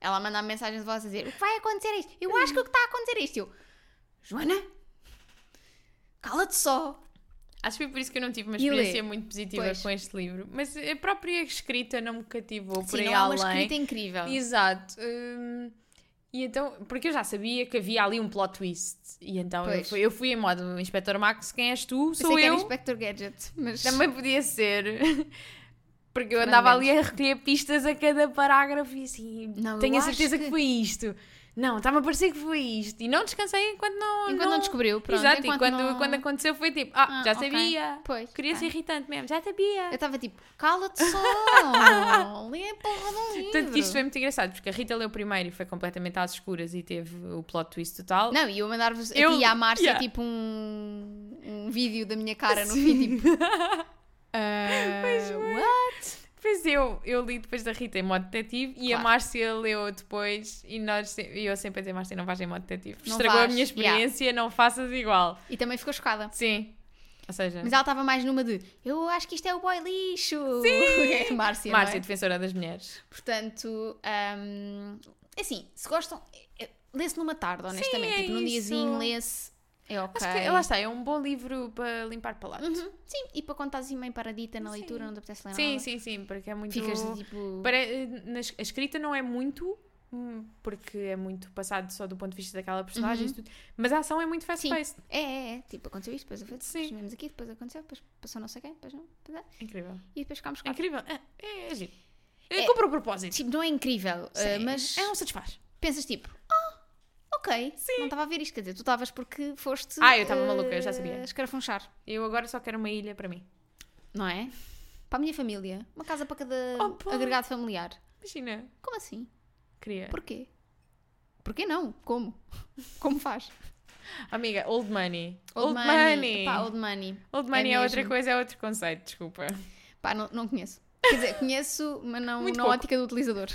[SPEAKER 1] Ela manda a mensagem de voz a dizer: O que vai acontecer é isto? Eu acho que o que está a acontecer é isto. Eu, Joana, cala-te só.
[SPEAKER 2] Acho que foi por isso que eu não tive uma
[SPEAKER 1] E lê.
[SPEAKER 2] experiência muito positiva
[SPEAKER 1] Pois.
[SPEAKER 2] com este livro. Mas a própria escrita não me cativou por
[SPEAKER 1] Sim,
[SPEAKER 2] aí
[SPEAKER 1] não há uma
[SPEAKER 2] além.
[SPEAKER 1] escrita incrível.
[SPEAKER 2] Exato. Hum, e então, porque eu já sabia que havia ali um plot twist. E então eu
[SPEAKER 1] Pois.
[SPEAKER 2] fui, eu fui em modo Inspector Max, quem és tu?
[SPEAKER 1] Pensei
[SPEAKER 2] Sou
[SPEAKER 1] que era
[SPEAKER 2] eu.
[SPEAKER 1] Inspector Gadget, mas.
[SPEAKER 2] Também podia ser. Porque eu
[SPEAKER 1] Fernando
[SPEAKER 2] andava ali a recolher pistas a cada parágrafo e assim,
[SPEAKER 1] Não, eu
[SPEAKER 2] tenho a
[SPEAKER 1] acho
[SPEAKER 2] certeza que...
[SPEAKER 1] que-
[SPEAKER 2] foi isto. Não, estava a parecer que foi isto. E não descansei enquanto não.
[SPEAKER 1] Enquanto não, descobriu, pronto.
[SPEAKER 2] Exato,
[SPEAKER 1] enquanto
[SPEAKER 2] e quando,
[SPEAKER 1] não-
[SPEAKER 2] quando aconteceu foi tipo, ah,
[SPEAKER 1] Ah,
[SPEAKER 2] já
[SPEAKER 1] ok.
[SPEAKER 2] sabia.
[SPEAKER 1] Pois,
[SPEAKER 2] Queria
[SPEAKER 1] tá.
[SPEAKER 2] ser irritante mesmo, já sabia.
[SPEAKER 1] Eu estava tipo, cala-te só. lê a porra de um livro.
[SPEAKER 2] Tanto que isto foi muito engraçado, porque a Rita leu primeiro e foi completamente às escuras e teve o plot twist total.
[SPEAKER 1] Não, e eu mandar-vos
[SPEAKER 2] Eu-
[SPEAKER 1] aqui à Márcia
[SPEAKER 2] yeah.
[SPEAKER 1] tipo um, um vídeo da minha cara no fim, tipo. "Ah, what?
[SPEAKER 2] Pois eu, eu li depois da Rita em modo detetive e a
[SPEAKER 1] Claro.
[SPEAKER 2] Márcia leu depois e nós, se- e eu sempre a dizer, Márcia, não vais em modo detetive.
[SPEAKER 1] Não
[SPEAKER 2] Estragou
[SPEAKER 1] vais,
[SPEAKER 2] a minha experiência, não faças igual.
[SPEAKER 1] E também ficou chocada.
[SPEAKER 2] Sim. Ou seja,
[SPEAKER 1] Mas ela estava mais numa de eu acho que isto é o boy lixo. Sim! Márcia. não é?
[SPEAKER 2] Márcia, defensora das mulheres.
[SPEAKER 1] Portanto, hum, assim, se gostam, eh, lê-se numa tarde, honestamente.
[SPEAKER 2] é
[SPEAKER 1] tipo, num
[SPEAKER 2] isso.
[SPEAKER 1] diazinho lê-se. É ok.
[SPEAKER 2] Acho que lá está, é um bom livro para limpar palato.
[SPEAKER 1] Uhum, Sim, e para quando estás assim meio paradita na leitura, não te apetece ler
[SPEAKER 2] Sim,
[SPEAKER 1] nada.
[SPEAKER 2] sim, sim, porque é muito.
[SPEAKER 1] Ficas tipo.
[SPEAKER 2] Pare- na es- a escrita não é muito, hum, porque é muito passado só do ponto de vista daquela personagem,
[SPEAKER 1] Uhum.
[SPEAKER 2] isso tudo. mas a ação é muito
[SPEAKER 1] Sim.
[SPEAKER 2] fast-paced.
[SPEAKER 1] É, é, é. Tipo, aconteceu isto, depois eu fui,
[SPEAKER 2] Sim.
[SPEAKER 1] depois viemos aqui, depois aconteceu, depois passou não sei quem, depois não. depois é,
[SPEAKER 2] Incrível.
[SPEAKER 1] E depois ficámos
[SPEAKER 2] É
[SPEAKER 1] cá.
[SPEAKER 2] incrível. É, é, é giro. É,
[SPEAKER 1] É-
[SPEAKER 2] cumpre o propósito.
[SPEAKER 1] Tipo, não é incrível, eh,
[SPEAKER 2] Sim.
[SPEAKER 1] mas
[SPEAKER 2] É um satisfaz.
[SPEAKER 1] pensas tipo, ah, ok, não estava a ver isto, quer dizer, tu estavas porque foste.
[SPEAKER 2] Ah, eu estava
[SPEAKER 1] eh,
[SPEAKER 2] maluca, eu já sabia.
[SPEAKER 1] Escarafunchar,
[SPEAKER 2] Eu agora só quero uma ilha para mim.
[SPEAKER 1] não é? Para a minha família. Uma casa para cada
[SPEAKER 2] Opa!
[SPEAKER 1] agregado familiar.
[SPEAKER 2] Imagina.
[SPEAKER 1] Como assim?
[SPEAKER 2] Queria.
[SPEAKER 1] Porquê? Porquê não? Como? Como faz?
[SPEAKER 2] Amiga, old money. Old, money.
[SPEAKER 1] Pá,
[SPEAKER 2] old...
[SPEAKER 1] old money.
[SPEAKER 2] money é,
[SPEAKER 1] mesmo.
[SPEAKER 2] outra coisa, é outro conceito, desculpa.
[SPEAKER 1] Pá, não, não conheço. Quer dizer, conheço, mas não
[SPEAKER 2] Muito
[SPEAKER 1] na
[SPEAKER 2] pouco.
[SPEAKER 1] ótica do utilizador.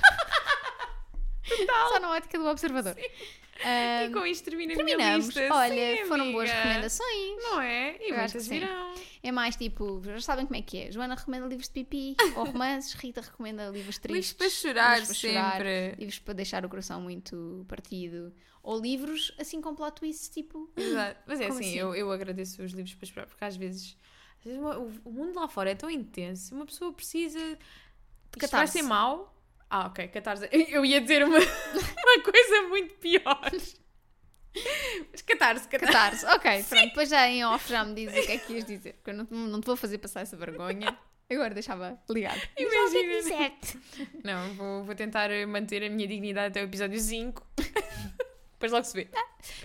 [SPEAKER 1] Só na ótica do observador. Ah,
[SPEAKER 2] e com isto termina a minha
[SPEAKER 1] terminamos.
[SPEAKER 2] lista.
[SPEAKER 1] Olha,
[SPEAKER 2] Sim,
[SPEAKER 1] foram boas
[SPEAKER 2] amiga.
[SPEAKER 1] recomendações.
[SPEAKER 2] Não é? E
[SPEAKER 1] Eu acho que
[SPEAKER 2] muitas
[SPEAKER 1] sim.
[SPEAKER 2] virão.
[SPEAKER 1] É mais tipo, já sabem como é que é. Joana recomenda livros de pipi ou romances, Rita recomenda livros tristes.
[SPEAKER 2] para chorar
[SPEAKER 1] livros para chorar,
[SPEAKER 2] sempre.
[SPEAKER 1] livros para deixar o coração muito partido. Ou livros assim com plot twists, tipo.
[SPEAKER 2] Exato. Mas é
[SPEAKER 1] Como
[SPEAKER 2] assim,
[SPEAKER 1] assim?
[SPEAKER 2] Eu, eu agradeço os livros para esperar, porque às vezes, às vezes uma- o, o mundo lá fora é tão intenso, uma pessoa precisa. Isto vai
[SPEAKER 1] catarse.
[SPEAKER 2] ser mau. Ah, ok, catarse. Eu ia dizer uma, uma coisa muito pior. Mas catarse,
[SPEAKER 1] Catarse,
[SPEAKER 2] catarse.
[SPEAKER 1] ok, pronto. Depois já em off já me dizes o que é que ias dizer, porque eu não, não te vou fazer passar essa vergonha. Agora deixava ligado. Diz lá o que é que
[SPEAKER 2] Imagina.
[SPEAKER 1] disseste.
[SPEAKER 2] Não, vou, vou tentar manter a minha dignidade até o episódio 5. Depois logo se vê.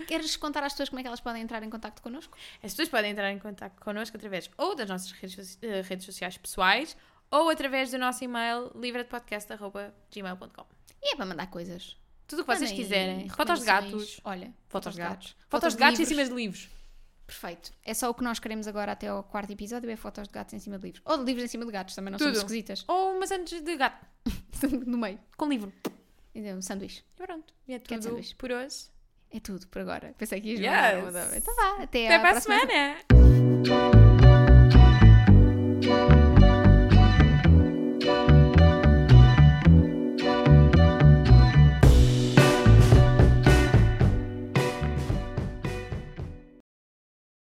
[SPEAKER 1] Queres contar às pessoas como é que elas podem entrar em contato connosco?
[SPEAKER 2] As pessoas podem entrar em contato connosco através ou das nossas redes, soci- eh, redes sociais pessoais ou através do nosso e-mail livradepodcast.gmail.com
[SPEAKER 1] E é para mandar coisas.
[SPEAKER 2] Tudo o que vocês
[SPEAKER 1] Mandem
[SPEAKER 2] quiserem. Fotos de gatos.
[SPEAKER 1] recomendações. Olha,
[SPEAKER 2] Fotos de gatos. Fotos, de
[SPEAKER 1] de
[SPEAKER 2] gatos em
[SPEAKER 1] livros.
[SPEAKER 2] cima de livros.
[SPEAKER 1] Perfeito. É só o que nós queremos agora até ao quarto episódio, é fotos de gatos em cima de livros. Ou de livros em cima de gatos, também não somos
[SPEAKER 2] Tudo.
[SPEAKER 1] esquisitas.
[SPEAKER 2] Ou umas antes de gato.
[SPEAKER 1] no meio.
[SPEAKER 2] Com livro.
[SPEAKER 1] Um sanduíche.
[SPEAKER 2] E pronto. E é
[SPEAKER 1] Quer
[SPEAKER 2] tudo
[SPEAKER 1] dizer,
[SPEAKER 2] por hoje.
[SPEAKER 1] É tudo por agora. Pensei que ia
[SPEAKER 2] Yes.
[SPEAKER 1] jogar. Então vá, até,
[SPEAKER 2] Até
[SPEAKER 1] à
[SPEAKER 2] para a
[SPEAKER 1] próxima
[SPEAKER 2] semana.